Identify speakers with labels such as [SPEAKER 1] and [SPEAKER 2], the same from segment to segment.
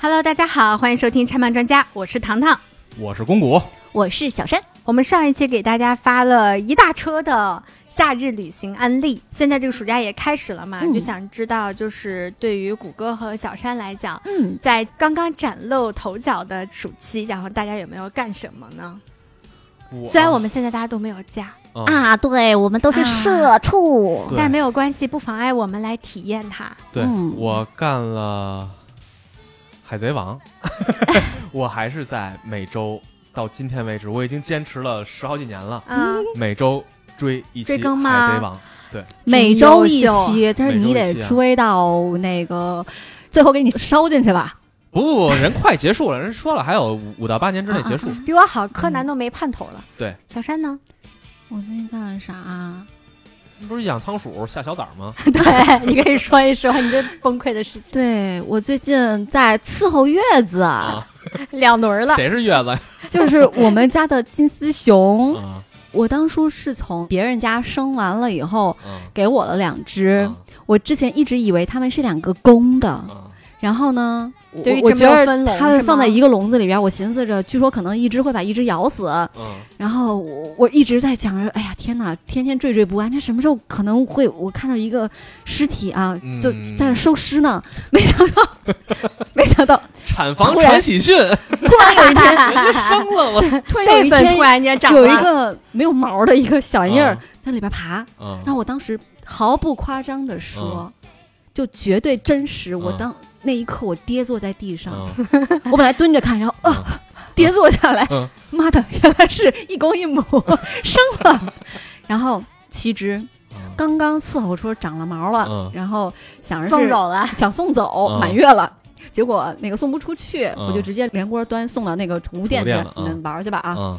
[SPEAKER 1] Hello，大家好，欢迎收听拆漫专家，我是糖糖。
[SPEAKER 2] 我是公谷，
[SPEAKER 3] 我是小山，
[SPEAKER 1] 我们上一期给大家发了一大车的夏日旅行案例，现在这个暑假也开始了嘛，
[SPEAKER 3] 嗯
[SPEAKER 1] 就想知道，就是对于谷歌和小山来讲，
[SPEAKER 3] 嗯，
[SPEAKER 1] 在刚刚崭露头角的暑期，然后大家有没有干什么呢？
[SPEAKER 4] 啊
[SPEAKER 1] 虽然我们现在大家都没有假，
[SPEAKER 2] 啊，
[SPEAKER 3] 啊，对我们都是社畜，
[SPEAKER 4] 啊
[SPEAKER 2] 对
[SPEAKER 1] 但没有关系，不妨碍我们来体验它。
[SPEAKER 2] 对
[SPEAKER 3] 嗯
[SPEAKER 2] 我干了《海贼王》， 我还是在每周到今天为止，我已经坚持了十好几年了，
[SPEAKER 1] 嗯，
[SPEAKER 2] 每周追一期
[SPEAKER 1] 追更
[SPEAKER 2] 《
[SPEAKER 1] 吗
[SPEAKER 2] 海贼王》。
[SPEAKER 4] 每周一
[SPEAKER 1] 真优
[SPEAKER 4] 期，但是你得
[SPEAKER 2] 每周一期啊
[SPEAKER 4] 追到那个最后给你收进去吧。
[SPEAKER 2] 不不不，人快结束了，人说了还有五五到八年之内结束。
[SPEAKER 1] 比我好，柯
[SPEAKER 4] 嗯
[SPEAKER 1] 南都没盼头了。
[SPEAKER 2] 对，
[SPEAKER 1] 小山呢？
[SPEAKER 3] 我最近干了啥？啊
[SPEAKER 1] 啊
[SPEAKER 2] 不是养仓鼠、下小崽儿吗？
[SPEAKER 1] 对，你可以说一说你这崩溃的事情，
[SPEAKER 4] 对我最近在伺候月 子，
[SPEAKER 2] 啊，
[SPEAKER 1] 两轮了。
[SPEAKER 2] 谁是月子呀？
[SPEAKER 4] 就是我们家的金丝熊。
[SPEAKER 1] 嗯
[SPEAKER 2] 啊
[SPEAKER 4] 我当初是从别人家生完了以后
[SPEAKER 2] 啊
[SPEAKER 4] 给我了两只
[SPEAKER 2] 啊，
[SPEAKER 4] 我之前一直以为它们是两个公
[SPEAKER 1] 嗯
[SPEAKER 4] 的，
[SPEAKER 2] 啊！
[SPEAKER 4] 然后呢，我
[SPEAKER 1] 就一直
[SPEAKER 4] 我觉
[SPEAKER 1] 没有
[SPEAKER 4] 得
[SPEAKER 1] 分笼
[SPEAKER 4] 它们
[SPEAKER 1] 是吗
[SPEAKER 4] 放在一个笼子里边，我寻思着，据说可能一只会把一只咬死，
[SPEAKER 2] 嗯
[SPEAKER 4] 然后我我一直在想着，哎呀天哪，天天惴惴不安，这什么时候可能会我看到一个尸体啊，
[SPEAKER 2] 嗯
[SPEAKER 4] 就在那收尸呢？ 没想到， 没想到，
[SPEAKER 2] 产房
[SPEAKER 4] 突然
[SPEAKER 2] 传喜讯，
[SPEAKER 4] 突然有一天，
[SPEAKER 2] 生了我
[SPEAKER 4] 突然 有
[SPEAKER 1] 辈
[SPEAKER 4] 一
[SPEAKER 1] 分突
[SPEAKER 4] 天
[SPEAKER 1] 然间长了，
[SPEAKER 4] 有一个没有毛的一个小玩意儿
[SPEAKER 2] 啊
[SPEAKER 4] 在里边爬，
[SPEAKER 2] 嗯
[SPEAKER 4] 然后我当时毫不夸张的
[SPEAKER 2] 啊
[SPEAKER 4] 说，就绝对真实，我
[SPEAKER 2] 嗯
[SPEAKER 4] 当。那一刻，我跌坐在地上，
[SPEAKER 2] 嗯
[SPEAKER 4] 我本来蹲着看，然后
[SPEAKER 2] 嗯
[SPEAKER 4] 啊，跌坐下来，
[SPEAKER 2] 嗯
[SPEAKER 4] 妈的，原来是一公一母生了，然后七只
[SPEAKER 2] 嗯
[SPEAKER 4] 刚刚伺候出长了毛了，
[SPEAKER 2] 嗯
[SPEAKER 4] 然后想着是
[SPEAKER 1] 送走了。
[SPEAKER 4] 想送走、
[SPEAKER 2] 嗯
[SPEAKER 4] 满月了。结果那个送不出去，
[SPEAKER 2] 嗯
[SPEAKER 4] 我就直接连锅端送到那个宠物店去，
[SPEAKER 2] 宠物店了
[SPEAKER 4] 你们玩儿去吧啊！
[SPEAKER 2] 嗯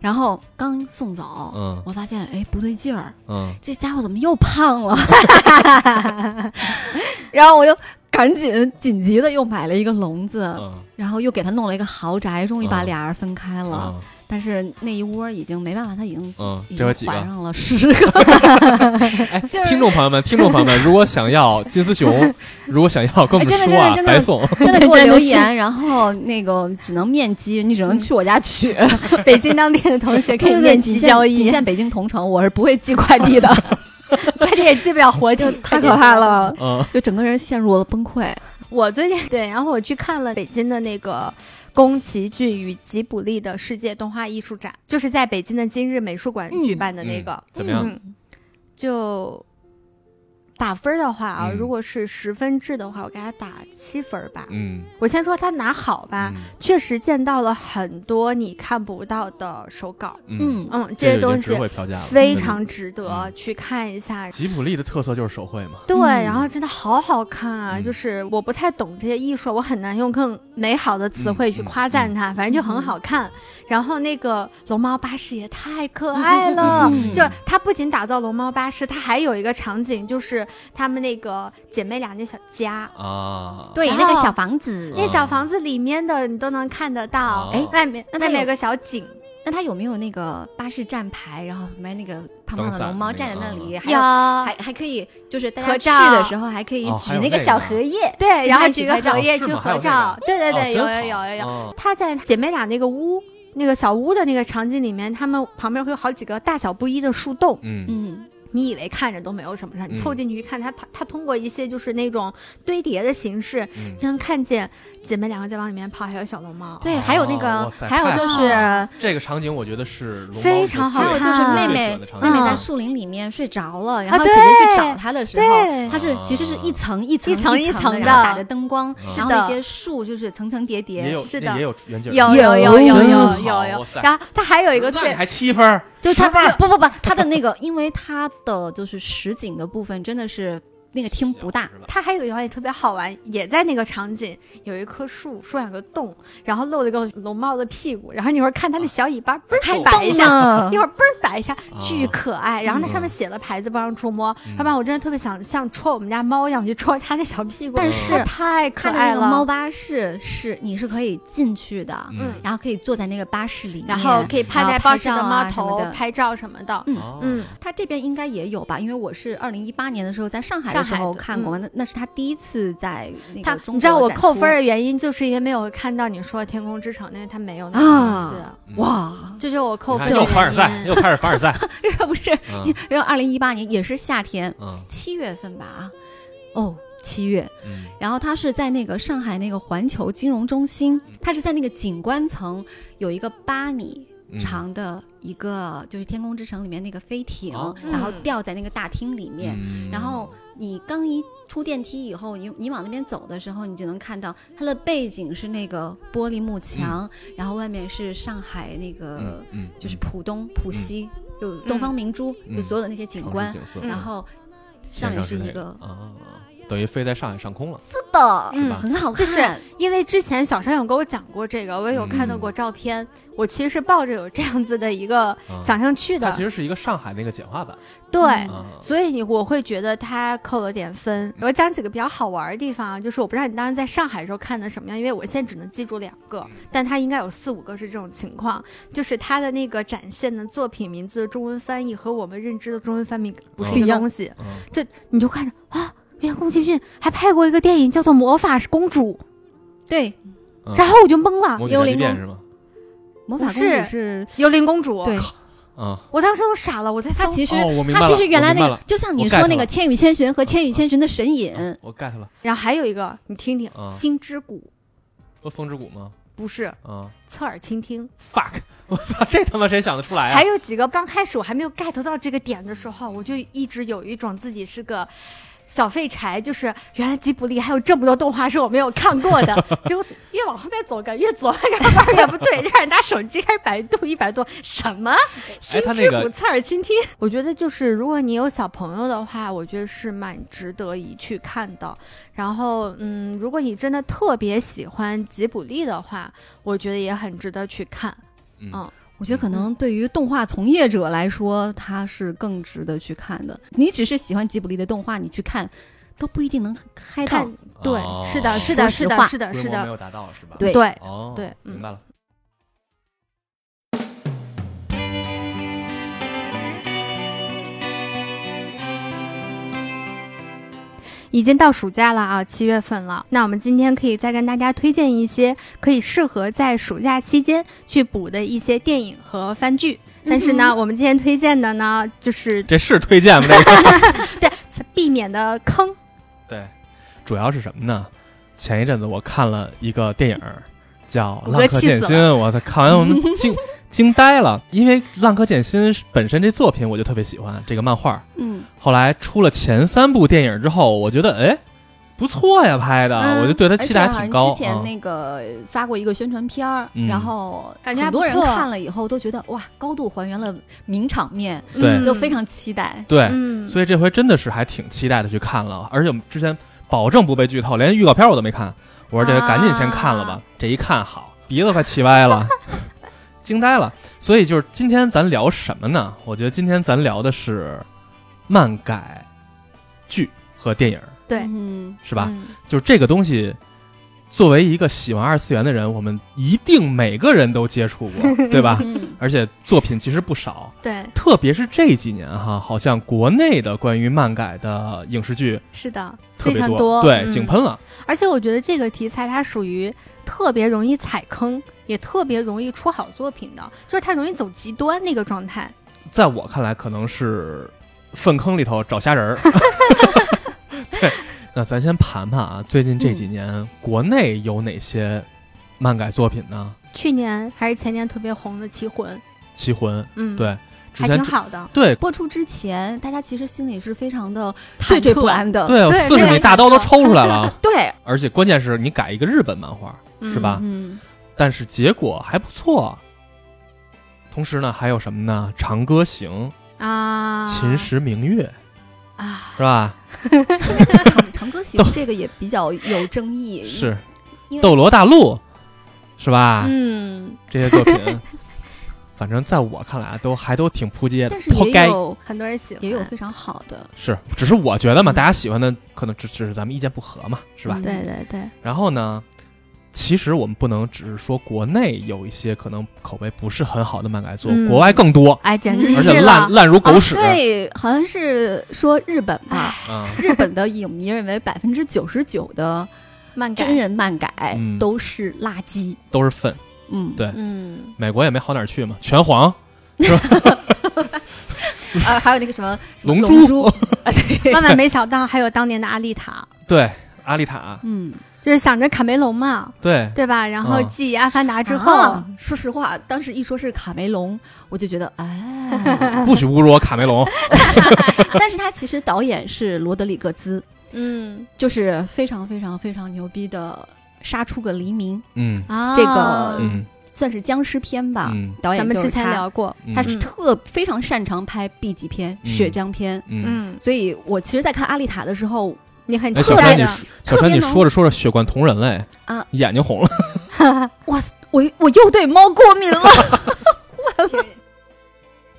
[SPEAKER 4] 然后刚送走，
[SPEAKER 2] 嗯
[SPEAKER 4] 我发现哎不对劲儿，
[SPEAKER 2] 嗯
[SPEAKER 4] 这家伙怎么又胖了？ 然后我又赶紧紧急的又买了一个笼子，
[SPEAKER 1] 啊
[SPEAKER 2] 嗯
[SPEAKER 4] 然后又给他弄了一个豪宅，终于把
[SPEAKER 2] 嗯
[SPEAKER 4] 俩人分开了。
[SPEAKER 2] 嗯
[SPEAKER 4] 但是那一窝已经没办法，他已经
[SPEAKER 2] 嗯，
[SPEAKER 4] 已
[SPEAKER 2] 这有
[SPEAKER 4] 经
[SPEAKER 2] 几
[SPEAKER 4] 怀
[SPEAKER 2] 个？
[SPEAKER 4] 上了十个。
[SPEAKER 2] 哎，
[SPEAKER 4] 就是
[SPEAKER 2] 听众朋友们，听众朋友们，如果想要金丝熊，如果想要跟我们
[SPEAKER 4] 哎真的
[SPEAKER 2] 说啊，
[SPEAKER 4] 真的真的
[SPEAKER 2] 白送。
[SPEAKER 4] 真的 给我
[SPEAKER 1] 真的
[SPEAKER 4] 留
[SPEAKER 1] 是嗯
[SPEAKER 4] 言，然后那个只能面基，你只能去我家取，
[SPEAKER 1] 北京当地的同学 可以
[SPEAKER 4] 对对对
[SPEAKER 1] 面
[SPEAKER 4] 仅
[SPEAKER 1] 基
[SPEAKER 4] 限
[SPEAKER 1] 交
[SPEAKER 4] 仅
[SPEAKER 1] 易，
[SPEAKER 4] 限北京同城，我是不会寄快 递的，
[SPEAKER 1] 快递也寄不了活体
[SPEAKER 4] 就，太可怕。了，
[SPEAKER 2] 嗯
[SPEAKER 4] 就整个人陷入了崩溃。
[SPEAKER 1] 我最近对，然后我去看了北京的那个。宫崎骏与吉卜力的世界动画艺术展，就是在北京的今日美术馆
[SPEAKER 3] 嗯
[SPEAKER 1] 举办的那个。
[SPEAKER 2] 怎么样？
[SPEAKER 1] 嗯，就打分儿的话啊，
[SPEAKER 2] 嗯
[SPEAKER 1] 如果是十分制的话，我给他打七分儿吧。
[SPEAKER 2] 嗯
[SPEAKER 1] 我先说他哪好吧，
[SPEAKER 2] 嗯
[SPEAKER 1] 确实见到了很多你看不到的手稿，
[SPEAKER 2] 嗯，
[SPEAKER 3] 嗯，
[SPEAKER 1] 嗯，
[SPEAKER 2] 这
[SPEAKER 1] 些
[SPEAKER 2] 就已
[SPEAKER 1] 东
[SPEAKER 2] 经值
[SPEAKER 1] 西
[SPEAKER 2] 回票价了。
[SPEAKER 1] 非常值得
[SPEAKER 2] 嗯
[SPEAKER 1] 去看一下。
[SPEAKER 2] 吉普力的特色就是手绘嘛，
[SPEAKER 1] 对，
[SPEAKER 3] 嗯
[SPEAKER 1] 然后真的好好看啊！
[SPEAKER 2] 嗯
[SPEAKER 1] 就是我不太懂这些艺术，我很难用更美好的词汇去
[SPEAKER 2] 嗯嗯
[SPEAKER 1] 夸赞它，反正就
[SPEAKER 3] 嗯
[SPEAKER 1] 很好看。然后那个龙猫巴士也太可爱了，
[SPEAKER 3] 嗯嗯嗯嗯
[SPEAKER 1] 就它不仅打造龙猫巴士，它还有一个场景就是他们那个姐妹俩那小家。
[SPEAKER 2] 啊，
[SPEAKER 3] 对，
[SPEAKER 1] 哦
[SPEAKER 3] 那个小房子，
[SPEAKER 1] 那小房子里面的你都能看得到，哎
[SPEAKER 2] 嗯哦
[SPEAKER 1] 外面
[SPEAKER 3] 那它
[SPEAKER 1] 外
[SPEAKER 3] 有
[SPEAKER 1] 面有个小井，
[SPEAKER 3] 那他有没有那个巴士站牌，然后旁边那个胖胖
[SPEAKER 2] 灯
[SPEAKER 3] 的
[SPEAKER 2] 伞
[SPEAKER 3] 龙猫
[SPEAKER 2] 那个
[SPEAKER 3] 站
[SPEAKER 2] 啊
[SPEAKER 3] 在那里，还
[SPEAKER 1] 有
[SPEAKER 3] 有还还可以，就是大
[SPEAKER 1] 合
[SPEAKER 3] 家去
[SPEAKER 1] 照
[SPEAKER 3] 的时候还可以
[SPEAKER 2] 哦
[SPEAKER 3] 举
[SPEAKER 2] 还有
[SPEAKER 3] 那个
[SPEAKER 2] 那
[SPEAKER 3] 小
[SPEAKER 2] 个
[SPEAKER 3] 荷叶，
[SPEAKER 1] 对，然后
[SPEAKER 3] 他一起
[SPEAKER 1] 举个
[SPEAKER 3] 拍照
[SPEAKER 1] 荷叶
[SPEAKER 2] 是
[SPEAKER 1] 去
[SPEAKER 2] 吗还有
[SPEAKER 1] 合
[SPEAKER 2] 这个
[SPEAKER 1] 照，对对
[SPEAKER 2] 哦
[SPEAKER 1] 对，有
[SPEAKER 2] 真
[SPEAKER 1] 有
[SPEAKER 2] 好
[SPEAKER 1] 有有有，
[SPEAKER 2] 嗯
[SPEAKER 1] 她在姐妹俩那个屋，那个小屋的那个场景里面，他们旁边会有好几个大小不一的树洞，
[SPEAKER 2] 嗯
[SPEAKER 3] 嗯，
[SPEAKER 1] 你以为看着都没有什么事儿，你
[SPEAKER 2] 嗯
[SPEAKER 1] 凑进去一看，它它它通过一些就是那种堆叠的形式，
[SPEAKER 2] 嗯
[SPEAKER 1] 你能看见姐妹两个在往里面跑，还有小龙猫。
[SPEAKER 3] 对，还有那
[SPEAKER 2] 哦哇
[SPEAKER 3] 个，
[SPEAKER 2] 塞
[SPEAKER 3] 还有
[SPEAKER 2] 太
[SPEAKER 3] 就
[SPEAKER 2] 好
[SPEAKER 3] 是，
[SPEAKER 2] 了这个场景我觉得是龙猫
[SPEAKER 1] 非常好
[SPEAKER 3] 还有
[SPEAKER 2] 最
[SPEAKER 3] 就
[SPEAKER 1] 看
[SPEAKER 3] 是妹
[SPEAKER 2] 最
[SPEAKER 3] 妹
[SPEAKER 2] 喜欢的场
[SPEAKER 3] 妹妹
[SPEAKER 2] 景
[SPEAKER 3] 在
[SPEAKER 2] 嗯
[SPEAKER 3] 树林里面睡着了，
[SPEAKER 1] 啊
[SPEAKER 3] 然后姐姐
[SPEAKER 1] 对
[SPEAKER 3] 去找她的时候。
[SPEAKER 1] 对
[SPEAKER 3] 它是
[SPEAKER 2] 啊
[SPEAKER 3] 其实是一层一层
[SPEAKER 1] 一层
[SPEAKER 3] 一
[SPEAKER 1] 一层
[SPEAKER 3] 的，
[SPEAKER 1] 的
[SPEAKER 3] 然后打着灯光，
[SPEAKER 2] 是
[SPEAKER 3] 然后
[SPEAKER 1] 的
[SPEAKER 3] 那些树就是层层叠
[SPEAKER 2] 嗯也
[SPEAKER 3] 叠
[SPEAKER 2] 有，
[SPEAKER 1] 是
[SPEAKER 2] 那
[SPEAKER 1] 的
[SPEAKER 2] 也有远景，
[SPEAKER 1] 有有
[SPEAKER 4] 有
[SPEAKER 1] 有有有
[SPEAKER 4] 真
[SPEAKER 1] 有
[SPEAKER 2] 好
[SPEAKER 1] 有有
[SPEAKER 2] 哇塞
[SPEAKER 1] 然后它还有一个
[SPEAKER 2] 那你
[SPEAKER 1] 最
[SPEAKER 2] 还七分儿，
[SPEAKER 3] 就
[SPEAKER 2] 十
[SPEAKER 3] 它
[SPEAKER 2] 分儿
[SPEAKER 3] 不不不，它的那个，因为它的就是实景的部分真的是那个厅不大，
[SPEAKER 2] 是吧
[SPEAKER 1] 它还有一条也特别好玩，也在那个场景，有一棵树，树上有个洞，然后露了一个龙猫的屁股，然后你一会儿看它那小尾巴
[SPEAKER 3] 哦
[SPEAKER 1] 嘣
[SPEAKER 2] 还
[SPEAKER 1] 儿摆一下，
[SPEAKER 3] 呢
[SPEAKER 1] 一，会儿嘣儿摆一下，巨
[SPEAKER 2] 啊嗯
[SPEAKER 1] 可爱。然后那上面写了牌子，不让触摸。要不然我真的特别想像戳我们家猫一样去戳它那小屁股，
[SPEAKER 3] 但
[SPEAKER 2] 是
[SPEAKER 1] 它太可
[SPEAKER 3] 它的
[SPEAKER 1] 爱
[SPEAKER 3] 那个
[SPEAKER 1] 了。
[SPEAKER 3] 猫巴士是你是可以进去的，
[SPEAKER 1] 嗯
[SPEAKER 3] 然后可以坐在那个巴士里面，
[SPEAKER 1] 然后可以趴在巴士的猫
[SPEAKER 3] 然后
[SPEAKER 1] 头
[SPEAKER 3] 拍照啊什么的
[SPEAKER 1] 拍照什么的。
[SPEAKER 3] 嗯
[SPEAKER 2] 哦
[SPEAKER 1] 嗯，
[SPEAKER 3] 它这边应该也有吧，因为我是二零一八年的时候在上海
[SPEAKER 4] 的时
[SPEAKER 1] 上海
[SPEAKER 4] 候
[SPEAKER 1] 的嗯
[SPEAKER 4] 看过嘛，那、那是他第一次在那
[SPEAKER 1] 他
[SPEAKER 4] 个中
[SPEAKER 1] 你知道
[SPEAKER 4] 国
[SPEAKER 1] 我
[SPEAKER 4] 展
[SPEAKER 1] 扣
[SPEAKER 4] 出
[SPEAKER 1] 分儿的原因，就是因为没有看到你说的《天空之城》，那个他没有那
[SPEAKER 5] 啊
[SPEAKER 1] 个东西，
[SPEAKER 5] 哇，
[SPEAKER 1] 这就是我扣
[SPEAKER 2] 你
[SPEAKER 1] 分儿
[SPEAKER 2] 看又
[SPEAKER 1] 的
[SPEAKER 2] 凡尔赛，
[SPEAKER 1] 原因。
[SPEAKER 2] 又开始凡尔赛，
[SPEAKER 4] 不是，
[SPEAKER 2] 嗯
[SPEAKER 4] 然后二零一八年也是夏天，
[SPEAKER 2] 嗯
[SPEAKER 4] 七月份吧啊，哦，七月，
[SPEAKER 2] 嗯，
[SPEAKER 4] 然后他是在那个上海那个环球金融中心，
[SPEAKER 1] 嗯
[SPEAKER 4] 他是在那个景观层有一个八米
[SPEAKER 2] 嗯
[SPEAKER 4] 长的一个，就是《天空之城》里面那个飞艇，
[SPEAKER 2] 哦
[SPEAKER 4] 然后
[SPEAKER 1] 嗯
[SPEAKER 4] 吊在那个大厅里面。
[SPEAKER 2] 嗯
[SPEAKER 4] 然后你刚一出电梯以后，你你往那边走的时候，你就能看到它的背景是那个玻璃幕墙，然后外面是上海那个
[SPEAKER 2] 嗯嗯，
[SPEAKER 4] 呃就是
[SPEAKER 2] 嗯
[SPEAKER 4] 浦东、浦西，有东方明珠，
[SPEAKER 2] 嗯
[SPEAKER 4] 就所有的那些景
[SPEAKER 2] 城市
[SPEAKER 4] 观，
[SPEAKER 2] 景色
[SPEAKER 1] 嗯
[SPEAKER 4] 然后上面是
[SPEAKER 2] 之类
[SPEAKER 4] 一
[SPEAKER 2] 的
[SPEAKER 4] 个
[SPEAKER 2] 啊，等于飞在上海上空了，
[SPEAKER 4] 是的，
[SPEAKER 1] 嗯
[SPEAKER 2] 是吧？
[SPEAKER 4] 很好看，
[SPEAKER 1] 就是因为之前小山有跟我讲过这个，我也有看到
[SPEAKER 2] 嗯
[SPEAKER 1] 过照片。我其实是抱着有这样子的一个
[SPEAKER 2] 啊
[SPEAKER 1] 想象去
[SPEAKER 2] 它
[SPEAKER 1] 的
[SPEAKER 2] 其，实是一个上海那个简化版
[SPEAKER 1] 对，
[SPEAKER 4] 嗯
[SPEAKER 2] 啊，
[SPEAKER 1] 所以你我会觉得他扣了点分。我讲几个比较好玩儿的地方啊，就是我不知道你当时在上海的时候看的什么样，因为我现在只能记住两个，
[SPEAKER 2] 嗯
[SPEAKER 1] 但他应该有四五个是这种情况。就是他的那个展现的作品名字的中文翻译和我们认知的中文翻译不是一个东西，
[SPEAKER 2] 嗯
[SPEAKER 1] 你就看着啊，原来宫崎骏还拍过一个电影叫做《魔法公主
[SPEAKER 4] 对》，
[SPEAKER 2] 嗯
[SPEAKER 1] 然后我就懵了，
[SPEAKER 2] 魔女
[SPEAKER 4] 幽
[SPEAKER 2] 宅急
[SPEAKER 4] 灵
[SPEAKER 2] 便
[SPEAKER 4] 宫
[SPEAKER 2] 是吗？
[SPEAKER 4] 魔法公
[SPEAKER 1] 不
[SPEAKER 4] 主
[SPEAKER 1] 是
[SPEAKER 4] 是，
[SPEAKER 1] 幽灵公主。
[SPEAKER 4] 对，
[SPEAKER 2] 啊，
[SPEAKER 1] 我当时都傻了，我在
[SPEAKER 4] 它
[SPEAKER 1] 搜，
[SPEAKER 4] 其实
[SPEAKER 2] 哦，我明白
[SPEAKER 4] 它其
[SPEAKER 2] 了，
[SPEAKER 4] 实原来
[SPEAKER 2] 我明白
[SPEAKER 4] 那
[SPEAKER 2] 了
[SPEAKER 4] 个，就像你
[SPEAKER 2] 我
[SPEAKER 4] 说
[SPEAKER 2] get
[SPEAKER 4] 那个《
[SPEAKER 2] 了
[SPEAKER 4] 千与千寻》和《千与千寻》的神隐，
[SPEAKER 2] 啊我 get 了，
[SPEAKER 1] 然后还有一个你听听，
[SPEAKER 2] 啊
[SPEAKER 1] 心之谷
[SPEAKER 2] 不风之谷吗？》
[SPEAKER 1] 不是
[SPEAKER 2] 啊
[SPEAKER 1] 侧耳倾听。
[SPEAKER 2] ，fuck，我操，这他妈谁想得出来啊
[SPEAKER 1] 还？有几个刚开始我还没有 get 到这个点的时候，我就一直有一种自己是个小废柴，就是原来吉卜力还有这么多动画是我没有看过的。 结果越往后面走，感觉越左， 然后玩越不对，开始拿手机开始百度一百度，什么心
[SPEAKER 2] 哎他那
[SPEAKER 1] 之
[SPEAKER 2] 个
[SPEAKER 1] 谷侧耳倾听。我觉得就是如果你有小朋友的话，我觉得是蛮值得一去看的。然后嗯，如果你真的特别喜欢吉卜力的话，我觉得也很值得去看。
[SPEAKER 2] 嗯
[SPEAKER 1] 嗯
[SPEAKER 4] 我觉得可能对于动画从
[SPEAKER 5] 从业者来说，它是更值得去看的。你只是喜欢吉卜力的动画，你去看都不一定能嗨到
[SPEAKER 1] 看。对，
[SPEAKER 2] 哦
[SPEAKER 1] 是的，是
[SPEAKER 5] 说
[SPEAKER 1] 的，是
[SPEAKER 5] 实
[SPEAKER 1] 的，
[SPEAKER 5] 话
[SPEAKER 1] 是的，
[SPEAKER 2] 规
[SPEAKER 1] 是
[SPEAKER 2] 模没
[SPEAKER 1] 的，
[SPEAKER 2] 有达到是吧？
[SPEAKER 5] 对
[SPEAKER 1] 对，
[SPEAKER 2] 哦，
[SPEAKER 1] 对嗯
[SPEAKER 2] 明白了。
[SPEAKER 1] 已经到暑假了啊，七月份了。那我们今天可以再跟大家推荐一些可以适合在暑假期间去补的一些电影和番剧。但是
[SPEAKER 4] 嗯
[SPEAKER 1] 呢，我们今天推荐的呢，就是
[SPEAKER 2] 这是推荐吗？这个
[SPEAKER 1] 对避免的坑。
[SPEAKER 2] 对，主要是什么呢？前一阵子我看了一个电影儿，叫《
[SPEAKER 1] 我
[SPEAKER 2] 浪客
[SPEAKER 1] 气
[SPEAKER 2] 剑
[SPEAKER 1] 死
[SPEAKER 2] 心》，我操，看完我们惊惊呆了，因为《浪客剑心》本身这作品我就特别喜欢，这个漫画儿。
[SPEAKER 4] 嗯，
[SPEAKER 2] 后来出了前三部电影之后，我觉得哎不错呀，拍的，
[SPEAKER 4] 嗯
[SPEAKER 2] 我就对他
[SPEAKER 4] 而
[SPEAKER 2] 期
[SPEAKER 4] 且
[SPEAKER 2] 待
[SPEAKER 4] 好
[SPEAKER 2] 还
[SPEAKER 4] 像
[SPEAKER 2] 挺高。
[SPEAKER 4] 之前
[SPEAKER 2] 嗯
[SPEAKER 4] 那个发过一个宣传片儿，
[SPEAKER 2] 嗯
[SPEAKER 4] 然后
[SPEAKER 1] 感觉还
[SPEAKER 4] 很多人
[SPEAKER 1] 不错
[SPEAKER 4] 看了以后都觉得哇，高度还原了名场面，
[SPEAKER 2] 对
[SPEAKER 1] 嗯
[SPEAKER 4] 就非常期待。
[SPEAKER 2] 对，
[SPEAKER 1] 嗯，
[SPEAKER 2] 所以这回真的是还挺期待的去看了，啊而且我们之前保证不被剧透，连预告片我都没看。我说这个赶紧先看了吧，
[SPEAKER 1] 啊
[SPEAKER 2] 这一看好，鼻子快气歪了， 惊呆了。所以就是今天咱聊什么呢？我觉得今天咱聊的是漫改剧和电影，
[SPEAKER 1] 对
[SPEAKER 4] 嗯，
[SPEAKER 2] 是吧？
[SPEAKER 1] 嗯
[SPEAKER 2] 就是这个东西，作为一个喜欢二次元的人，我们一定每个人都接触过，对吧？
[SPEAKER 4] 嗯
[SPEAKER 2] 而且作品其实不少，
[SPEAKER 1] 对，
[SPEAKER 2] 特别是这几年哈，好像国内的关于漫改的影视剧
[SPEAKER 1] 是的，
[SPEAKER 2] 特
[SPEAKER 1] 非
[SPEAKER 2] 别
[SPEAKER 1] 常
[SPEAKER 2] 对，
[SPEAKER 1] 嗯
[SPEAKER 2] 井喷了。
[SPEAKER 1] 而且我觉得这个题材它属于特别容易踩坑，也特别容易出好作品的，就是它容易走极端那个状态。
[SPEAKER 2] 在我看来，可能是粪坑里头找 虾仁儿。对，那咱先盘盘啊，最近这几年、国内有哪些漫改作品呢？
[SPEAKER 1] 去年还是前年特别红的《棋魂》，
[SPEAKER 2] 《棋魂》
[SPEAKER 1] 嗯，
[SPEAKER 2] 对，之
[SPEAKER 1] 还
[SPEAKER 2] 前
[SPEAKER 1] 挺好的。
[SPEAKER 2] 对
[SPEAKER 4] 播出之前，大家其实心里是非常的
[SPEAKER 1] 忐
[SPEAKER 4] 惴
[SPEAKER 1] 忑
[SPEAKER 4] 惴不安的，
[SPEAKER 2] 对，我
[SPEAKER 1] 对
[SPEAKER 2] 四
[SPEAKER 1] 非
[SPEAKER 2] 十米
[SPEAKER 1] 常
[SPEAKER 2] 大刀都
[SPEAKER 1] 忐忑
[SPEAKER 2] 抽出来了，
[SPEAKER 4] 对，
[SPEAKER 2] 而且关键是你改一个日本漫画，是吧？
[SPEAKER 4] 嗯，
[SPEAKER 2] 但是结果还不错。同时呢，还有什么呢？《长歌行》
[SPEAKER 1] 啊，
[SPEAKER 2] 《秦时明月》
[SPEAKER 1] 啊，
[SPEAKER 2] 是吧？
[SPEAKER 4] 长长歌行这个也比较有争议，
[SPEAKER 2] 是
[SPEAKER 4] 因为
[SPEAKER 2] 《斗罗大陆》，是吧？
[SPEAKER 1] 嗯，
[SPEAKER 2] 这些作品， 反正在我看来啊，都还都挺扑街的
[SPEAKER 4] 但，是
[SPEAKER 2] 活
[SPEAKER 4] 也
[SPEAKER 2] 该。
[SPEAKER 4] 有
[SPEAKER 1] 很多人喜欢，
[SPEAKER 4] 也有非常好的，
[SPEAKER 2] 是，只是我觉得嘛，
[SPEAKER 4] 嗯
[SPEAKER 2] 大家喜欢的可能只只是咱们意见不合嘛，是吧？
[SPEAKER 4] 嗯
[SPEAKER 1] 对对对，
[SPEAKER 2] 然后呢，其实我们不能只是说国内有一些可能口碑不是很好的漫改作，
[SPEAKER 1] 嗯
[SPEAKER 2] 国外更多，
[SPEAKER 1] 哎，简直
[SPEAKER 2] 而
[SPEAKER 1] 是
[SPEAKER 2] 且烂
[SPEAKER 1] 了，
[SPEAKER 2] 烂如狗屎。
[SPEAKER 4] 啊对，好像是说日本吧，
[SPEAKER 2] 啊，
[SPEAKER 4] 日本的影迷认为百分之九十九的
[SPEAKER 1] 漫改
[SPEAKER 4] 真人漫改
[SPEAKER 2] 嗯
[SPEAKER 4] 都是垃圾。
[SPEAKER 2] 都是粪。
[SPEAKER 4] 嗯，
[SPEAKER 2] 对
[SPEAKER 3] 嗯，
[SPEAKER 2] 美国也没好哪儿去嘛，拳皇、
[SPEAKER 4] 啊，还有那个什么
[SPEAKER 2] 龙
[SPEAKER 4] 珠，
[SPEAKER 2] 珠，
[SPEAKER 1] 万万没想到还有当年的阿丽塔，
[SPEAKER 2] 对，阿丽塔，
[SPEAKER 4] 嗯，
[SPEAKER 1] 就是想着卡梅隆嘛，
[SPEAKER 2] 对，
[SPEAKER 1] 对吧？然后
[SPEAKER 2] 嗯
[SPEAKER 1] 继《阿凡达》之
[SPEAKER 4] 之
[SPEAKER 1] 后，
[SPEAKER 4] 后、啊说实话，当时一说是卡梅隆，我就觉得哎，
[SPEAKER 2] 不许侮辱我卡梅隆。
[SPEAKER 4] 但是他其实导演是罗德里格兹，
[SPEAKER 1] 嗯
[SPEAKER 4] 就是非常非常非常牛逼的。杀出个黎明，
[SPEAKER 2] 嗯
[SPEAKER 1] 啊，
[SPEAKER 4] 这个
[SPEAKER 2] 嗯
[SPEAKER 4] 算是僵尸片吧。
[SPEAKER 2] 嗯
[SPEAKER 4] 导演
[SPEAKER 1] 咱们
[SPEAKER 4] 就是
[SPEAKER 1] 之前
[SPEAKER 4] 他，
[SPEAKER 1] 聊过，
[SPEAKER 2] 嗯
[SPEAKER 4] 啊他是
[SPEAKER 1] 嗯
[SPEAKER 4] 特非常擅长拍 B 级片、
[SPEAKER 2] 嗯
[SPEAKER 4] 血浆片，
[SPEAKER 2] 嗯。
[SPEAKER 1] 嗯，
[SPEAKER 4] 所以我其实，在看《阿丽塔》的时候，
[SPEAKER 1] 你很
[SPEAKER 2] 哎，
[SPEAKER 1] 期
[SPEAKER 2] 小
[SPEAKER 1] 待
[SPEAKER 2] 川
[SPEAKER 1] 的
[SPEAKER 2] 你，小川你说着说着血灌瞳仁了哎
[SPEAKER 4] 啊，
[SPEAKER 2] 眼睛红了。
[SPEAKER 4] 我我又对猫过敏了， 完了。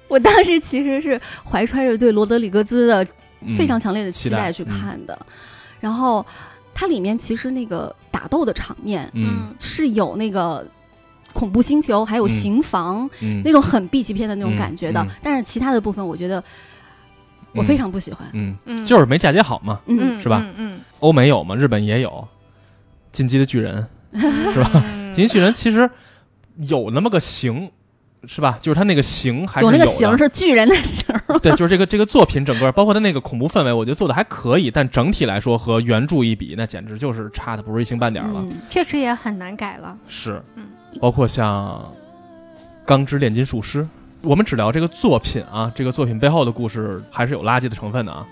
[SPEAKER 4] 我当时其实是怀揣着对罗德里格兹的
[SPEAKER 2] 嗯
[SPEAKER 4] 非常强烈的
[SPEAKER 2] 期
[SPEAKER 4] 期
[SPEAKER 2] 待嗯
[SPEAKER 4] 待去看的，然后它里面其实那个打斗的场面
[SPEAKER 2] 嗯
[SPEAKER 4] 是有那个恐怖星球还有
[SPEAKER 2] 嗯
[SPEAKER 4] 刑房、
[SPEAKER 2] 嗯，
[SPEAKER 4] 那种很 B 级片的那种感觉的，
[SPEAKER 2] 嗯嗯
[SPEAKER 4] 但是其他的部分我觉得我
[SPEAKER 2] 嗯
[SPEAKER 4] 非常不喜欢，
[SPEAKER 2] 嗯，
[SPEAKER 1] 嗯，
[SPEAKER 2] 就是没嫁接好嘛。
[SPEAKER 4] 嗯
[SPEAKER 1] 嗯，
[SPEAKER 2] 是吧
[SPEAKER 1] 嗯
[SPEAKER 2] 欧美有嘛，日本也有《进击的巨人》，
[SPEAKER 1] 嗯，
[SPEAKER 2] 是吧
[SPEAKER 1] 嗯
[SPEAKER 2] 《进击的巨人》其实有那么个形，是吧？就是他那个形还是
[SPEAKER 4] 有那个
[SPEAKER 2] 的
[SPEAKER 4] 形是巨人的形，
[SPEAKER 2] 对，就是这个这个作品整个，包括它那个恐怖氛围，我觉得做的还可以，但整体来说和原著一比，那简直就是差的不是一星半点儿了。
[SPEAKER 4] 嗯
[SPEAKER 1] 确实也很难改了。
[SPEAKER 2] 是
[SPEAKER 1] 嗯，
[SPEAKER 2] 包括像《钢之炼金术师》，我们只聊这个作品啊，这个作品背后的故事还是有垃圾的成分的啊。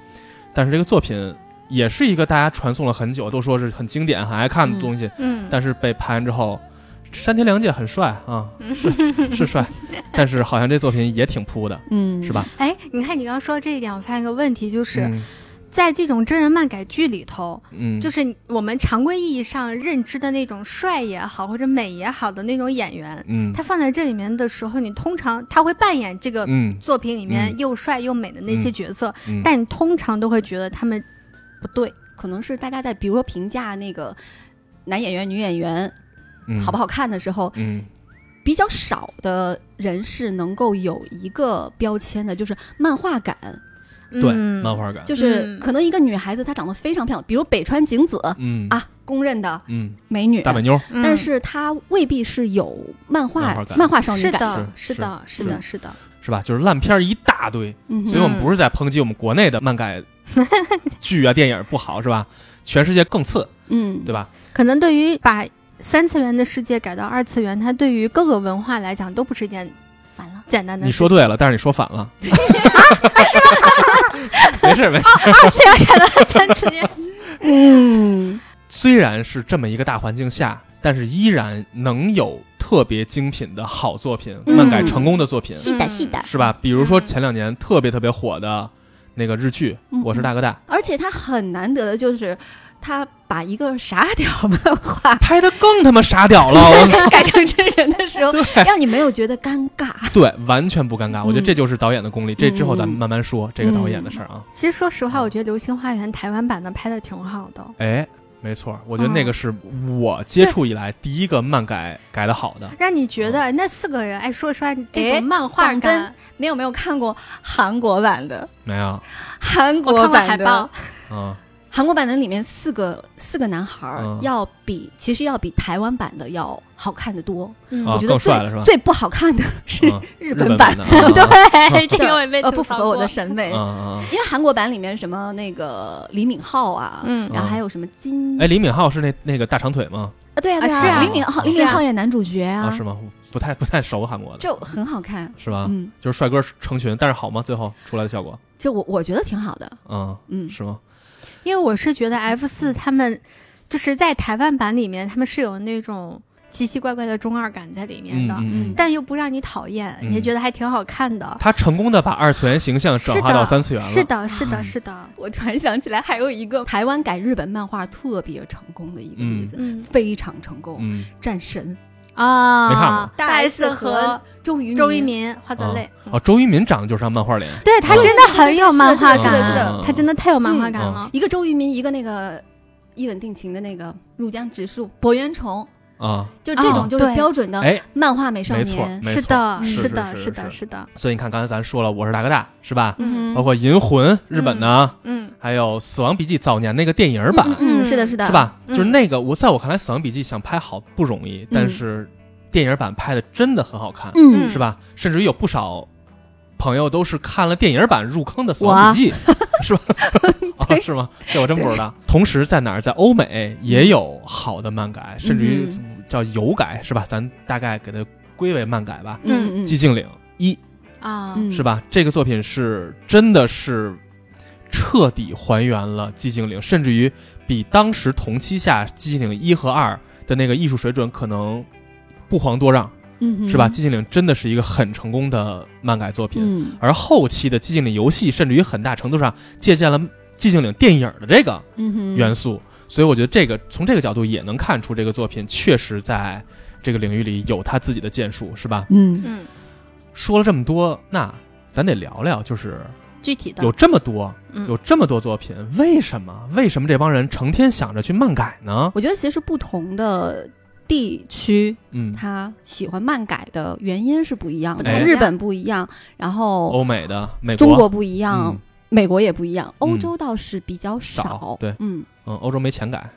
[SPEAKER 2] 但是这个作品也是一个大家传颂了很久，都说是很经典、很爱看的东西，
[SPEAKER 1] 嗯，
[SPEAKER 2] 但是被拍完之后。山田凉介很帅啊，
[SPEAKER 1] 嗯
[SPEAKER 2] 是是 帅，但是好像这作品也挺扑的，
[SPEAKER 4] 嗯
[SPEAKER 2] 是吧？
[SPEAKER 1] 哎，你看你刚刚说这一点，我发现个问题，就是、
[SPEAKER 2] 嗯
[SPEAKER 1] 在这种真人漫改剧里头，
[SPEAKER 2] 嗯，
[SPEAKER 1] 就是我们常规意义上认知的那种帅也好，或者美也好的那种演员，
[SPEAKER 2] 嗯
[SPEAKER 1] 他放在这里面的时候，你通常他会扮演这个
[SPEAKER 2] 嗯
[SPEAKER 1] 作品里面
[SPEAKER 2] 嗯
[SPEAKER 1] 又帅又美的那些
[SPEAKER 2] 嗯
[SPEAKER 1] 角色，
[SPEAKER 2] 嗯
[SPEAKER 1] 但你通常都会觉得他们不对。
[SPEAKER 4] 可能是大家在比如说评价那个男演员、女演员
[SPEAKER 2] 嗯
[SPEAKER 4] 好不好看的时候，
[SPEAKER 2] 嗯
[SPEAKER 4] 比较少的人是能够有一个标签的，就是漫画感，
[SPEAKER 2] 对，
[SPEAKER 1] 嗯
[SPEAKER 2] 漫画感，
[SPEAKER 4] 就是
[SPEAKER 1] 嗯
[SPEAKER 4] 可能一个女孩子她长得非常漂亮，比如北川景子
[SPEAKER 2] 嗯
[SPEAKER 4] 啊，公认的
[SPEAKER 2] 嗯，
[SPEAKER 4] 美女，
[SPEAKER 2] 大美妞，
[SPEAKER 1] 嗯
[SPEAKER 4] 但是她未必是有漫
[SPEAKER 2] 漫
[SPEAKER 4] 画
[SPEAKER 2] 画感
[SPEAKER 4] 漫画少女
[SPEAKER 1] 是
[SPEAKER 4] 感，
[SPEAKER 1] 的，
[SPEAKER 2] 是
[SPEAKER 1] 是的，是的，是的，
[SPEAKER 2] 是吧？就是烂片儿一大堆，
[SPEAKER 4] 嗯
[SPEAKER 2] 所以
[SPEAKER 4] 哼，
[SPEAKER 2] 我们不是在抨击我们国内的漫 改剧啊、电影不好，是吧？全世界更次，
[SPEAKER 4] 嗯，
[SPEAKER 2] 对吧？
[SPEAKER 1] 可能对于把三次元的世界改到二次元，它对于各个文化来讲都不是一件
[SPEAKER 4] 完了，
[SPEAKER 1] 简单的
[SPEAKER 2] 你
[SPEAKER 1] 事
[SPEAKER 2] 说对了，但是你说 反了，没事儿没事儿。
[SPEAKER 1] 二次元改到 三次元，
[SPEAKER 4] 嗯，
[SPEAKER 2] 虽然是这么一个大环境下，但是依然能有特别精品的好作品，
[SPEAKER 1] 嗯
[SPEAKER 2] 漫改成功的作品，
[SPEAKER 1] 是的是的
[SPEAKER 2] 是吧？比如说
[SPEAKER 1] 嗯
[SPEAKER 2] 前两年特别特别火的那个日剧
[SPEAKER 4] 嗯
[SPEAKER 2] 《我是大哥大》，
[SPEAKER 4] 而且她很难得的就是她把一个傻屌漫画
[SPEAKER 2] 拍的更他妈傻屌了，我
[SPEAKER 4] 改成真人的时候，
[SPEAKER 2] 对。
[SPEAKER 4] 让你没有觉得尴尬，
[SPEAKER 2] 对，完全不尴尬。我觉得
[SPEAKER 4] 嗯
[SPEAKER 2] 这就是导演的功力。这之后咱
[SPEAKER 4] 嗯
[SPEAKER 2] 们慢慢说这个导演的事儿啊。
[SPEAKER 1] 其实说实话，我觉得《流星花园》台湾版的拍的挺好的。
[SPEAKER 2] 哎，没错，我觉得那个是我接触以来第一个漫改改的好的。
[SPEAKER 1] 让你觉得那四个人，哎，说出来这
[SPEAKER 4] 哎
[SPEAKER 1] 种漫画
[SPEAKER 4] 仿
[SPEAKER 1] 感
[SPEAKER 4] 真，你有没有看过韩国版的？
[SPEAKER 2] 没有，
[SPEAKER 4] 韩
[SPEAKER 1] 我
[SPEAKER 4] 国
[SPEAKER 1] 看过
[SPEAKER 4] 版
[SPEAKER 1] 海
[SPEAKER 4] 的
[SPEAKER 1] 报，
[SPEAKER 2] 嗯
[SPEAKER 4] 韩国版的里面四个四个男孩儿
[SPEAKER 2] 嗯
[SPEAKER 4] 要比、其实要比台湾版的要好看的多。
[SPEAKER 1] 嗯
[SPEAKER 2] 啊
[SPEAKER 4] 我，觉得
[SPEAKER 2] 更
[SPEAKER 4] 最
[SPEAKER 2] 帅了是吧？
[SPEAKER 4] 最不好看的是
[SPEAKER 2] 嗯，
[SPEAKER 4] 日
[SPEAKER 2] 本
[SPEAKER 4] 本
[SPEAKER 2] 版
[SPEAKER 4] 版，
[SPEAKER 2] 的，啊
[SPEAKER 1] 对， 这个我也被
[SPEAKER 4] 呃
[SPEAKER 1] 吐
[SPEAKER 4] 不符
[SPEAKER 1] 槽
[SPEAKER 4] 合我
[SPEAKER 1] 过
[SPEAKER 4] 的审美。
[SPEAKER 2] 嗯嗯嗯。
[SPEAKER 4] 因为韩国版里面什么那个李敏镐啊，
[SPEAKER 1] 嗯
[SPEAKER 4] 然后还有什么金
[SPEAKER 2] 哎，李敏镐是那那个大长腿吗？
[SPEAKER 4] 啊对啊对
[SPEAKER 1] 啊是啊
[SPEAKER 4] 李敏镐李敏镐演男主角
[SPEAKER 2] 啊，
[SPEAKER 4] 啊
[SPEAKER 2] 是，吗？啊我不太不太熟韩国的，
[SPEAKER 4] 就很好看。
[SPEAKER 2] 是吧？
[SPEAKER 4] 嗯，
[SPEAKER 2] 就是帅哥成群，但是好吗？最后出来的效果，
[SPEAKER 4] 就我我觉得挺好的。
[SPEAKER 2] 嗯，
[SPEAKER 4] 嗯，
[SPEAKER 2] 是吗？
[SPEAKER 1] 因为我是觉得 F 四他们就是在台湾版里面，他们是有那种奇奇怪怪的中二感在里面
[SPEAKER 2] 嗯
[SPEAKER 1] 的，
[SPEAKER 2] 嗯嗯。
[SPEAKER 1] 但又不让你讨厌，
[SPEAKER 2] 嗯
[SPEAKER 1] 你觉得还挺好看的。
[SPEAKER 2] 他成功的把二次元形象转化
[SPEAKER 1] 是的
[SPEAKER 2] 到三次元了，
[SPEAKER 1] 是的，是的，
[SPEAKER 2] 嗯
[SPEAKER 1] 是的，
[SPEAKER 4] 我突然想起来，还有一个台湾改日本漫画特别成功的一个例子，
[SPEAKER 1] 嗯
[SPEAKER 4] 非常成功，
[SPEAKER 2] 嗯，
[SPEAKER 4] 战神》
[SPEAKER 2] 没看
[SPEAKER 1] 啊
[SPEAKER 2] 过，
[SPEAKER 1] 大 S 和
[SPEAKER 4] 周渝
[SPEAKER 1] 周渝民、花泽类，嗯
[SPEAKER 2] 哦，周渝民长得就是张漫画脸，
[SPEAKER 1] 对他
[SPEAKER 2] 嗯
[SPEAKER 1] 真的很有漫画
[SPEAKER 2] 是的
[SPEAKER 1] 感，
[SPEAKER 2] 是的是的
[SPEAKER 1] 他真的嗯太有漫画感了。
[SPEAKER 4] 一个周渝民，一个那个一吻定情的那个入江直树、博元崇，
[SPEAKER 2] 啊，
[SPEAKER 3] 就这种就是
[SPEAKER 1] 哦对嗯
[SPEAKER 3] 标准
[SPEAKER 4] 嗯
[SPEAKER 3] 的
[SPEAKER 2] 哎，
[SPEAKER 3] 漫画美少
[SPEAKER 2] 没错
[SPEAKER 3] 年，，
[SPEAKER 2] 没
[SPEAKER 1] 是
[SPEAKER 2] 错
[SPEAKER 1] 的，
[SPEAKER 2] 是
[SPEAKER 1] 是的，
[SPEAKER 2] 是
[SPEAKER 1] 是的，
[SPEAKER 2] 是
[SPEAKER 1] 是的，
[SPEAKER 2] 所以你看，刚才咱说了，我是大哥大，是吧？
[SPEAKER 3] 嗯
[SPEAKER 2] 包括《银魂》日本的，
[SPEAKER 1] 嗯，
[SPEAKER 2] 还有《死亡笔记》早年那个电影版，
[SPEAKER 3] 嗯，是的，是的，
[SPEAKER 2] 是？吧？
[SPEAKER 1] 嗯
[SPEAKER 2] 就是那个，我在我看来，《死亡笔记》想拍好不容易，但是电影版拍的真的很好看，
[SPEAKER 1] 嗯
[SPEAKER 2] 是吧？甚至于有不少朋友都是看了电影版入坑的《死亡笔记》，是吧？啊，是吗？这我真不知道。同时，在哪儿，在欧美也有好的漫改，甚至于
[SPEAKER 1] 嗯
[SPEAKER 2] 叫有改，是吧？咱大概给它归为漫改吧，
[SPEAKER 1] 嗯
[SPEAKER 2] 《寂静岭一》
[SPEAKER 1] 啊，
[SPEAKER 4] 嗯
[SPEAKER 2] 是吧？这个作品是真的是彻底还原了寂静岭，甚至于比当时同期下寂静岭一和二的那个艺术水准可能不遑多让，
[SPEAKER 4] 嗯
[SPEAKER 2] 是吧？寂静岭真的是一个很成功的漫改作品，
[SPEAKER 4] 嗯
[SPEAKER 2] 而后期的寂静岭游戏甚至于很大程度上借鉴了寂静岭电影的这个
[SPEAKER 4] 嗯哼
[SPEAKER 2] 元素，所以我觉得这个从这个角度也能看出这个作品确实在这个领域里有他自己的建树，是吧？
[SPEAKER 4] 嗯
[SPEAKER 1] 嗯，
[SPEAKER 2] 说了这么多，那咱得聊聊，就是
[SPEAKER 1] 具体的
[SPEAKER 2] 有这么多，
[SPEAKER 1] 嗯
[SPEAKER 2] 有这么多作品，为什么？为什么这帮人成天想着去漫改呢？
[SPEAKER 4] 我觉得其实不同的地区
[SPEAKER 2] 嗯，
[SPEAKER 4] 他喜欢漫改的原因是不一样
[SPEAKER 1] 不
[SPEAKER 4] 的，
[SPEAKER 2] 太一样
[SPEAKER 4] 日本不一样，然后
[SPEAKER 2] 哎欧美的、美国、
[SPEAKER 4] 中国不一样，
[SPEAKER 2] 嗯
[SPEAKER 4] 美国也不一样，欧洲倒是比较少。
[SPEAKER 2] 少对
[SPEAKER 4] 嗯，
[SPEAKER 2] 嗯，欧洲没钱改，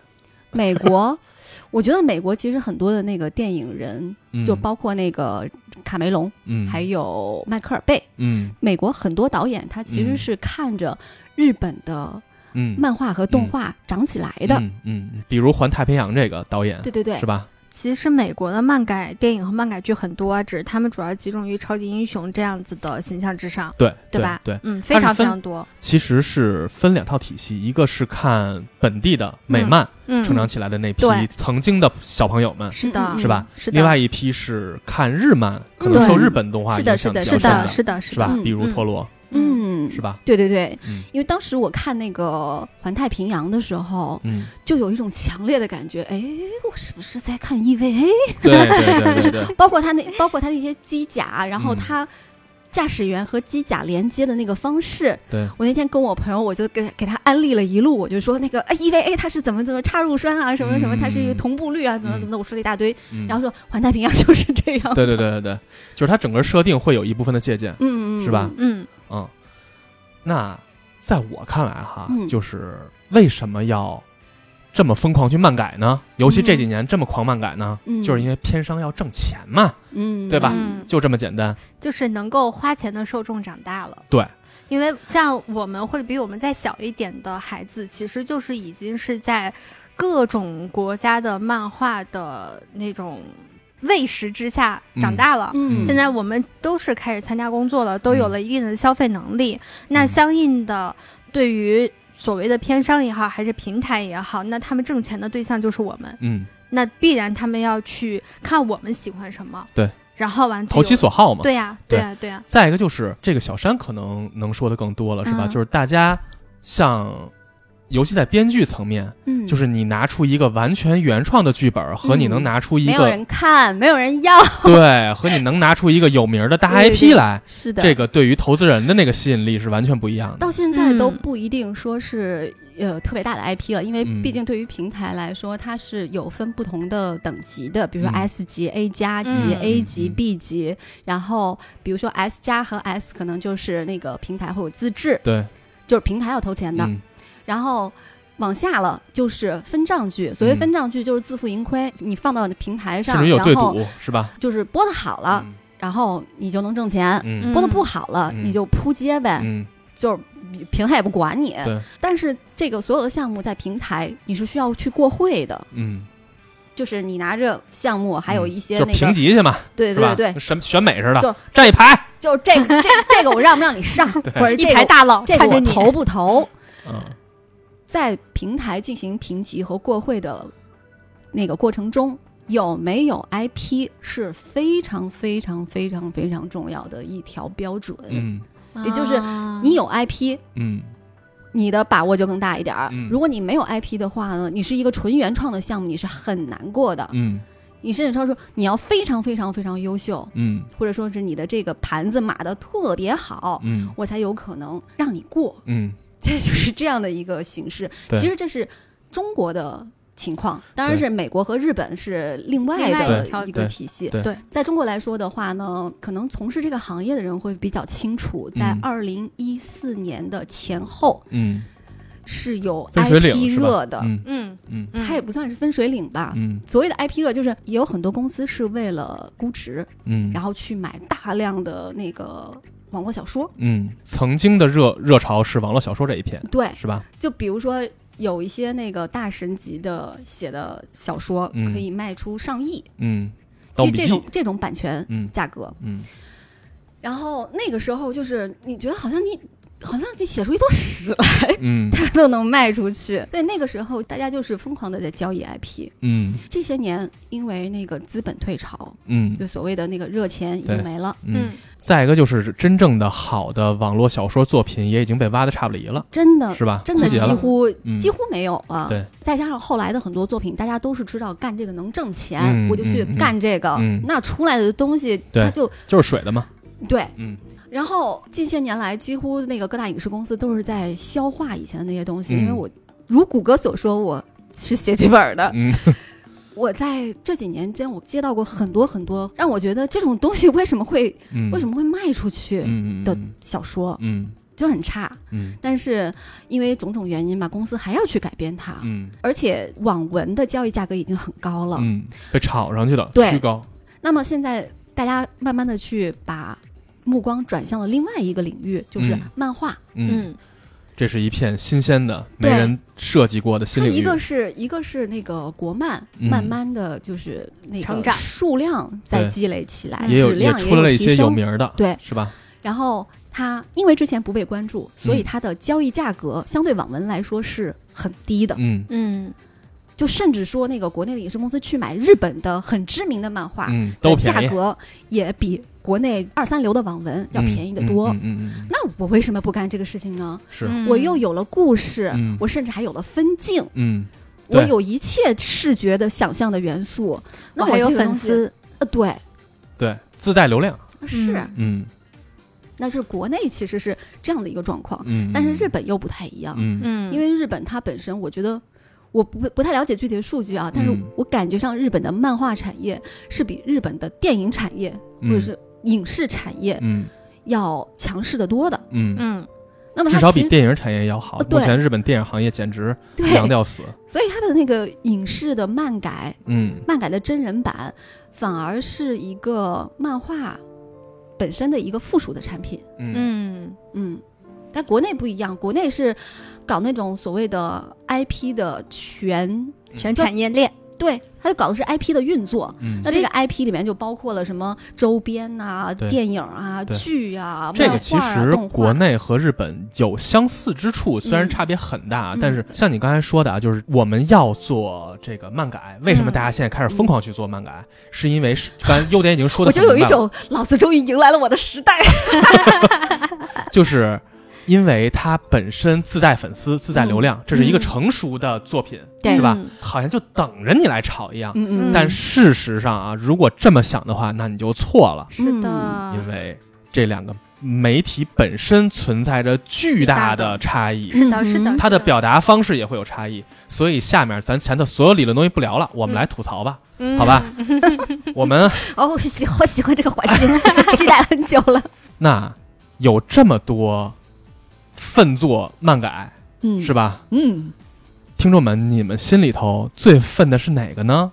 [SPEAKER 4] 美国， 我觉得美国其实很多的那个电影人，
[SPEAKER 2] 嗯、
[SPEAKER 4] 就包括那个卡梅隆，
[SPEAKER 2] 嗯，
[SPEAKER 4] 还有迈克尔贝，
[SPEAKER 2] 嗯
[SPEAKER 4] 美国很多导演他其实
[SPEAKER 2] 嗯
[SPEAKER 4] 是看着日本的
[SPEAKER 2] 嗯，
[SPEAKER 4] 漫画和动画长起来的。
[SPEAKER 2] 嗯嗯，嗯比如《环太平洋》这个导演，
[SPEAKER 4] 对对对
[SPEAKER 2] 是，吧？
[SPEAKER 1] 其实美国的漫改电影和漫改剧很多啊，只是他们主要集中于超级英雄这样子的形象之上，
[SPEAKER 2] 对
[SPEAKER 1] 对吧？
[SPEAKER 2] 对，
[SPEAKER 1] 嗯，非
[SPEAKER 2] 它
[SPEAKER 1] 常
[SPEAKER 2] 是分
[SPEAKER 1] 非常多。
[SPEAKER 2] 其实是分两套体系，一个是看本地的美漫
[SPEAKER 1] 嗯，
[SPEAKER 2] 成长起来的那批
[SPEAKER 1] 对
[SPEAKER 2] 曾经的小朋友们，
[SPEAKER 1] 是的，
[SPEAKER 4] 嗯
[SPEAKER 2] 是吧？
[SPEAKER 1] 是的，
[SPEAKER 2] 另外一批是看日漫，可能
[SPEAKER 1] 对
[SPEAKER 2] 受日本动画
[SPEAKER 4] 是的
[SPEAKER 2] 影响
[SPEAKER 4] 是的
[SPEAKER 2] 比较
[SPEAKER 1] 是
[SPEAKER 2] 深
[SPEAKER 1] 的，
[SPEAKER 2] 的，
[SPEAKER 1] 是的，是
[SPEAKER 2] 是吧
[SPEAKER 1] 的，
[SPEAKER 4] 嗯？
[SPEAKER 2] 比如
[SPEAKER 1] 嗯
[SPEAKER 2] 陀螺，
[SPEAKER 4] 嗯，
[SPEAKER 2] 是吧？
[SPEAKER 4] 对对对，
[SPEAKER 2] 嗯
[SPEAKER 4] 因为当时我看那个《环太平洋》的时候，
[SPEAKER 2] 嗯，
[SPEAKER 4] 就有一种强烈的感觉，哎，我是不是在看 EVA？
[SPEAKER 2] 对对对对对，
[SPEAKER 4] 包括他 那，包括他那些机甲，然后
[SPEAKER 2] 嗯
[SPEAKER 4] 他驾驶员和机甲连接的那个方式。
[SPEAKER 2] 对
[SPEAKER 4] 我那天跟我朋友，我就给给他安利了一路，我就说那个哎 EVA 它是怎么怎么插入栓啊，什么什么，
[SPEAKER 2] 嗯
[SPEAKER 4] 它是一个同步率啊，怎么
[SPEAKER 2] 嗯
[SPEAKER 4] 怎么的，我说了一大堆，
[SPEAKER 2] 嗯
[SPEAKER 4] 然后说环太平洋啊就是这样。
[SPEAKER 2] 对对对对对，就是它整个设定会有一部分的借鉴。
[SPEAKER 4] 嗯，嗯嗯，
[SPEAKER 2] 是吧
[SPEAKER 1] 嗯
[SPEAKER 2] 嗯，那在我看来哈，
[SPEAKER 4] 嗯
[SPEAKER 2] 就是为什么要这么疯狂去漫改呢？尤其这
[SPEAKER 4] 嗯
[SPEAKER 2] 几年这么狂漫改呢，
[SPEAKER 4] 嗯
[SPEAKER 2] 就是因为片商要挣钱嘛，
[SPEAKER 4] 嗯，
[SPEAKER 2] 对吧
[SPEAKER 1] 嗯，
[SPEAKER 2] 就这么简单。
[SPEAKER 1] 就是能够花钱的受众长大了。
[SPEAKER 2] 对，
[SPEAKER 1] 因为像我们或者比我们再小一点的孩子，其实就是已经是在各种国家的漫画的那种喂食之下长大了。
[SPEAKER 4] 嗯，
[SPEAKER 1] 现在我们都是开始参加工作了，都
[SPEAKER 2] 嗯
[SPEAKER 1] 有了一定的消费能力，那相应的对于。所谓的片商也好，还是平台也好，那他们挣钱的对象就是我们，
[SPEAKER 2] 嗯，
[SPEAKER 4] 哎
[SPEAKER 1] 那必然他们要去看我们喜欢什么，
[SPEAKER 2] 对，
[SPEAKER 1] 然后完
[SPEAKER 2] 投其所好嘛。
[SPEAKER 1] 对呀、对呀、对呀、
[SPEAKER 2] 再一个就是这个小山可能能说的更多了，是吧？
[SPEAKER 1] 嗯
[SPEAKER 2] 就是大家像。尤其在编剧层面，
[SPEAKER 4] 嗯
[SPEAKER 2] 就是你拿出一个完全原创的剧本，和你能
[SPEAKER 4] 嗯
[SPEAKER 2] 拿出一
[SPEAKER 4] 没有
[SPEAKER 2] 个
[SPEAKER 4] 人看，没有人要，
[SPEAKER 2] 对，和你能拿出一个有名儿的大
[SPEAKER 4] 对对对
[SPEAKER 2] IP 来，
[SPEAKER 4] 是的，
[SPEAKER 2] 这个对于投资人的那个吸引力是完全不一样的。
[SPEAKER 4] 到现在都
[SPEAKER 1] 嗯
[SPEAKER 4] 不一定说是、呃特别大的 IP 了，因为
[SPEAKER 2] 嗯
[SPEAKER 4] 毕竟对于平台来说，它是有分不同的等级的，比如说
[SPEAKER 2] 嗯
[SPEAKER 4] S 级、A 加级、
[SPEAKER 1] 嗯
[SPEAKER 4] A 级、
[SPEAKER 2] 嗯嗯
[SPEAKER 4] B 级，然后比如说 S 加和 S 可能就是那个平台会有自制，
[SPEAKER 2] 对，
[SPEAKER 4] 就是平台要投钱的，
[SPEAKER 2] 嗯
[SPEAKER 4] 然后。往下了就是分账剧，所谓
[SPEAKER 2] 嗯
[SPEAKER 4] 分账剧就是自负盈亏，你放到平台
[SPEAKER 2] 甚
[SPEAKER 4] 上，
[SPEAKER 2] 至有对
[SPEAKER 4] 然后啊
[SPEAKER 2] 赌是吧？
[SPEAKER 4] 就是播的好了，
[SPEAKER 2] 嗯
[SPEAKER 4] 然后你就能挣钱；
[SPEAKER 2] 嗯
[SPEAKER 4] 播的不好了，
[SPEAKER 2] 嗯
[SPEAKER 4] 你就扑街呗。
[SPEAKER 2] 嗯，
[SPEAKER 4] 就是平台也不管你。
[SPEAKER 2] 对
[SPEAKER 4] 但是这个所有的项目在平台你是需要去过会的，
[SPEAKER 2] 嗯，
[SPEAKER 4] 就是你拿着项目，还有一些
[SPEAKER 2] 就
[SPEAKER 4] 那
[SPEAKER 2] 是
[SPEAKER 4] 个，
[SPEAKER 2] 评级去嘛，
[SPEAKER 4] 对
[SPEAKER 2] 是
[SPEAKER 4] 对
[SPEAKER 2] 吧？
[SPEAKER 4] 对，
[SPEAKER 2] 选选美似
[SPEAKER 4] 就
[SPEAKER 2] 的，站一排，
[SPEAKER 4] 就这个这这个我让不让你上，
[SPEAKER 2] 对
[SPEAKER 4] 或者
[SPEAKER 1] 一
[SPEAKER 4] 这
[SPEAKER 1] 排
[SPEAKER 4] 个
[SPEAKER 1] 大佬
[SPEAKER 4] 这个
[SPEAKER 1] 看着
[SPEAKER 4] 我
[SPEAKER 1] 你
[SPEAKER 4] 投不投，
[SPEAKER 2] 嗯
[SPEAKER 4] 在平台进行评级和过会的那个过程中。有没有 IP 是非常非常非常非常重要的一条标准。
[SPEAKER 2] 嗯
[SPEAKER 1] 啊
[SPEAKER 4] 也就是你有 IP，
[SPEAKER 2] 嗯
[SPEAKER 4] 你的把握就更大一点儿。
[SPEAKER 2] 嗯
[SPEAKER 4] 如果你没有 IP 的话呢，你是一个纯原创的项目，你是很难过的。
[SPEAKER 2] 嗯
[SPEAKER 4] 你甚至说说你要非常非常非常优秀，
[SPEAKER 2] 嗯
[SPEAKER 4] 或者说是你的这个盘子码的特别好，
[SPEAKER 2] 嗯
[SPEAKER 4] 我才有可能让你过。
[SPEAKER 2] 嗯，
[SPEAKER 4] 这就是这样的一个形式。
[SPEAKER 2] 对
[SPEAKER 4] 其实这是中国的情况。当然
[SPEAKER 2] 对
[SPEAKER 4] 是美国和日本是另外
[SPEAKER 1] 另
[SPEAKER 2] 外
[SPEAKER 4] 的
[SPEAKER 2] 一
[SPEAKER 1] 条
[SPEAKER 4] 一个
[SPEAKER 2] 对
[SPEAKER 4] 体系。
[SPEAKER 2] 对
[SPEAKER 1] 对
[SPEAKER 4] 在中国来说的话呢，可能从事这个行业的人会比较清楚，在
[SPEAKER 2] 嗯
[SPEAKER 4] 二零一四年的前后
[SPEAKER 2] 嗯，
[SPEAKER 4] 是有
[SPEAKER 2] 分水
[SPEAKER 4] IP
[SPEAKER 2] 岭是吧
[SPEAKER 4] 热的，
[SPEAKER 2] 嗯
[SPEAKER 1] 嗯
[SPEAKER 2] 嗯
[SPEAKER 1] 嗯，
[SPEAKER 4] 它也不算是分水岭吧。
[SPEAKER 2] 嗯
[SPEAKER 4] 所谓的 IP 热，就是也有很多公司是为了估值，
[SPEAKER 2] 嗯，
[SPEAKER 4] 然后去买大量的那个网络小说。
[SPEAKER 2] 嗯，曾经的热热潮是网络小说这一片，
[SPEAKER 4] 对，
[SPEAKER 2] 是吧？
[SPEAKER 4] 就比如说有一些那个大神级的写的小说，
[SPEAKER 2] 嗯
[SPEAKER 4] 可以卖出上亿，
[SPEAKER 2] 嗯，《盗
[SPEAKER 4] 就
[SPEAKER 2] 墓笔
[SPEAKER 4] 这
[SPEAKER 2] 记
[SPEAKER 4] 种》这种版权
[SPEAKER 2] 嗯
[SPEAKER 4] 价格。
[SPEAKER 2] 嗯
[SPEAKER 4] 然后那个时候就是你觉得好像你好像你写出一坨屎来
[SPEAKER 2] 嗯
[SPEAKER 4] 都能卖出去，对，那个时候大家就是疯狂的在交易 IP。
[SPEAKER 2] 嗯
[SPEAKER 4] 这些年因为那个资本退潮，
[SPEAKER 2] 嗯
[SPEAKER 4] 就所谓的那个热钱已经
[SPEAKER 2] 对
[SPEAKER 4] 没了，
[SPEAKER 2] 嗯。
[SPEAKER 1] 嗯
[SPEAKER 2] 再一个就是真正的好的网络小说作品也已经被挖的差不离了，
[SPEAKER 4] 真的
[SPEAKER 2] 是吧？
[SPEAKER 4] 嗯真的
[SPEAKER 2] 枯竭
[SPEAKER 4] 几
[SPEAKER 2] 了。
[SPEAKER 4] 乎
[SPEAKER 2] 嗯
[SPEAKER 4] 几乎没有了。
[SPEAKER 2] 对，
[SPEAKER 4] 再加上后来的很多作品，大家都是知道干这个能挣钱，
[SPEAKER 2] 嗯
[SPEAKER 4] 我就去
[SPEAKER 2] 嗯嗯
[SPEAKER 4] 干这个。
[SPEAKER 2] 嗯
[SPEAKER 4] 那出来的东西，
[SPEAKER 2] 对
[SPEAKER 4] 它就
[SPEAKER 2] 就是水的嘛。
[SPEAKER 4] 对。
[SPEAKER 2] 嗯
[SPEAKER 4] 然后近些年来，几乎那个各大影视公司都是在消化以前的那些东西，
[SPEAKER 2] 嗯
[SPEAKER 4] 因为我如谷歌所说，我是写剧本的。
[SPEAKER 2] 嗯
[SPEAKER 4] 我在这几年间，我接到过很多很多让我觉得这种东西为什么会、
[SPEAKER 2] 嗯，
[SPEAKER 4] 为什么会卖出去
[SPEAKER 2] 嗯嗯
[SPEAKER 4] 的小说，
[SPEAKER 2] 嗯
[SPEAKER 4] 就很差。
[SPEAKER 2] 嗯
[SPEAKER 4] 但是因为种种原因吧，公司还要去改编它。
[SPEAKER 2] 嗯
[SPEAKER 4] 而且网文的交易价格已经很高了。
[SPEAKER 2] 嗯，被炒上去的，
[SPEAKER 4] 啊对
[SPEAKER 2] 虚高。
[SPEAKER 4] 那么现在大家慢慢的去把目光转向了另外一个领域，就是
[SPEAKER 2] 嗯
[SPEAKER 4] 漫画。
[SPEAKER 2] 嗯，
[SPEAKER 1] 嗯
[SPEAKER 2] 这是一片新鲜的、没
[SPEAKER 4] 对
[SPEAKER 2] 人涉及过的新
[SPEAKER 4] 它
[SPEAKER 2] 领
[SPEAKER 4] 一
[SPEAKER 2] 域。
[SPEAKER 4] 个是一个是那个国漫，
[SPEAKER 2] 嗯
[SPEAKER 4] 慢慢的就是那个
[SPEAKER 1] 成长
[SPEAKER 4] 数量在
[SPEAKER 2] 对
[SPEAKER 4] 积累起来，
[SPEAKER 2] 也有
[SPEAKER 4] 质量
[SPEAKER 2] 出来了一
[SPEAKER 4] 也
[SPEAKER 2] 些
[SPEAKER 4] 提
[SPEAKER 2] 有
[SPEAKER 4] 升。
[SPEAKER 2] 名儿的，
[SPEAKER 4] 对，
[SPEAKER 2] 是吧？
[SPEAKER 4] 然后它因为之前不被关注，所
[SPEAKER 2] 嗯
[SPEAKER 4] 以它的交易价格相对网文来说是很低的。
[SPEAKER 2] 嗯
[SPEAKER 1] 嗯
[SPEAKER 4] 就甚至说那个国内的影视公司去买日本的很知名的漫画，
[SPEAKER 2] 嗯，都
[SPEAKER 4] 啊价
[SPEAKER 2] 便宜，
[SPEAKER 4] 格也比国内二三流的网文要便宜得多。嗯
[SPEAKER 2] 嗯嗯嗯嗯嗯
[SPEAKER 4] 那我为什么不干这个事情呢？
[SPEAKER 2] 是，啊
[SPEAKER 1] 嗯
[SPEAKER 4] 我又有了故事，
[SPEAKER 2] 嗯
[SPEAKER 4] 我甚至还有了分镜，
[SPEAKER 2] 嗯对
[SPEAKER 4] 我有一切视觉的想象的元素。那
[SPEAKER 1] 我还有
[SPEAKER 4] 这个
[SPEAKER 1] 粉
[SPEAKER 4] 东西，
[SPEAKER 1] 丝，
[SPEAKER 4] 呃，对，
[SPEAKER 2] 对，自带流量，
[SPEAKER 4] 是，
[SPEAKER 1] 嗯
[SPEAKER 2] 嗯
[SPEAKER 4] 那是国内其实是这样的一个状况，
[SPEAKER 2] 嗯，
[SPEAKER 4] 但是日本又啊不太一样，
[SPEAKER 2] 嗯，嗯
[SPEAKER 1] 嗯，
[SPEAKER 4] 因为日本它本身，我觉得。我不不太了解具体的数据啊，但是
[SPEAKER 2] 嗯
[SPEAKER 4] 我感觉上日本的漫画产业是比日本的电影产业、
[SPEAKER 2] 嗯
[SPEAKER 4] 或者是影视产业
[SPEAKER 2] 嗯
[SPEAKER 4] 要强势得多的。
[SPEAKER 2] 嗯嗯，
[SPEAKER 1] 嗯
[SPEAKER 4] 那么它
[SPEAKER 2] 至少
[SPEAKER 4] 其
[SPEAKER 2] 比
[SPEAKER 4] 实
[SPEAKER 2] 电影产业要好
[SPEAKER 4] 呃。对
[SPEAKER 2] 目前日本电影行业简直
[SPEAKER 4] 对
[SPEAKER 2] 凉的 要死，
[SPEAKER 4] 所以它的那个影视的漫改、
[SPEAKER 2] 嗯
[SPEAKER 4] 漫改的真人版，反而是一个漫画本身的一个附属的产品。
[SPEAKER 2] 嗯
[SPEAKER 1] 嗯
[SPEAKER 4] 嗯，但国内不一样，国内是搞那种所谓的 IP 的全
[SPEAKER 1] 全产业链，
[SPEAKER 4] 对，它就搞的是 IP 的运作。
[SPEAKER 2] 嗯
[SPEAKER 4] 那这个 IP 里面就包括了什么周边啊、
[SPEAKER 2] 对
[SPEAKER 4] 电影啊、
[SPEAKER 2] 对
[SPEAKER 4] 剧啊、
[SPEAKER 2] 这个
[SPEAKER 4] 漫
[SPEAKER 2] 其
[SPEAKER 4] 画啊
[SPEAKER 2] 实
[SPEAKER 4] 动画
[SPEAKER 2] 国内和日本有相似之处，虽然
[SPEAKER 4] 嗯
[SPEAKER 2] 差别很大，
[SPEAKER 4] 嗯
[SPEAKER 2] 但是像你刚才说的啊，就是我们要做这个漫改，为什么
[SPEAKER 1] 嗯
[SPEAKER 2] 大家现在开始疯狂去做漫改？是因为是刚才优点已经说的，
[SPEAKER 4] 我就有一种老子终于迎来了我的时代。
[SPEAKER 2] 就是因为它本身自带粉丝、自带流量，这是一个成熟的作品，
[SPEAKER 4] 嗯对
[SPEAKER 2] 是吧
[SPEAKER 1] 嗯？
[SPEAKER 2] 好像就等着你来炒一样。
[SPEAKER 4] 嗯
[SPEAKER 2] 但事实上啊，如果这么想的话，那你就错了，
[SPEAKER 1] 是
[SPEAKER 4] 嗯
[SPEAKER 2] 因
[SPEAKER 1] 的，
[SPEAKER 2] 为这两个媒体本身存在着巨大的差异。
[SPEAKER 1] 是的，是
[SPEAKER 4] 嗯
[SPEAKER 1] 的，
[SPEAKER 2] 它的
[SPEAKER 1] 是
[SPEAKER 2] 表达方式也会有差异，所以下面咱前头所有理论东西不聊了，我
[SPEAKER 1] 嗯
[SPEAKER 2] 们来吐槽吧，
[SPEAKER 1] 嗯
[SPEAKER 2] 好吧？我们
[SPEAKER 4] 哦，我喜我喜欢这个环节， 期待很久了。
[SPEAKER 2] 那有这么多粪作漫改，
[SPEAKER 4] 嗯
[SPEAKER 2] 是吧？
[SPEAKER 4] 嗯，
[SPEAKER 2] 听众们，你们心里头最愤的是哪个呢？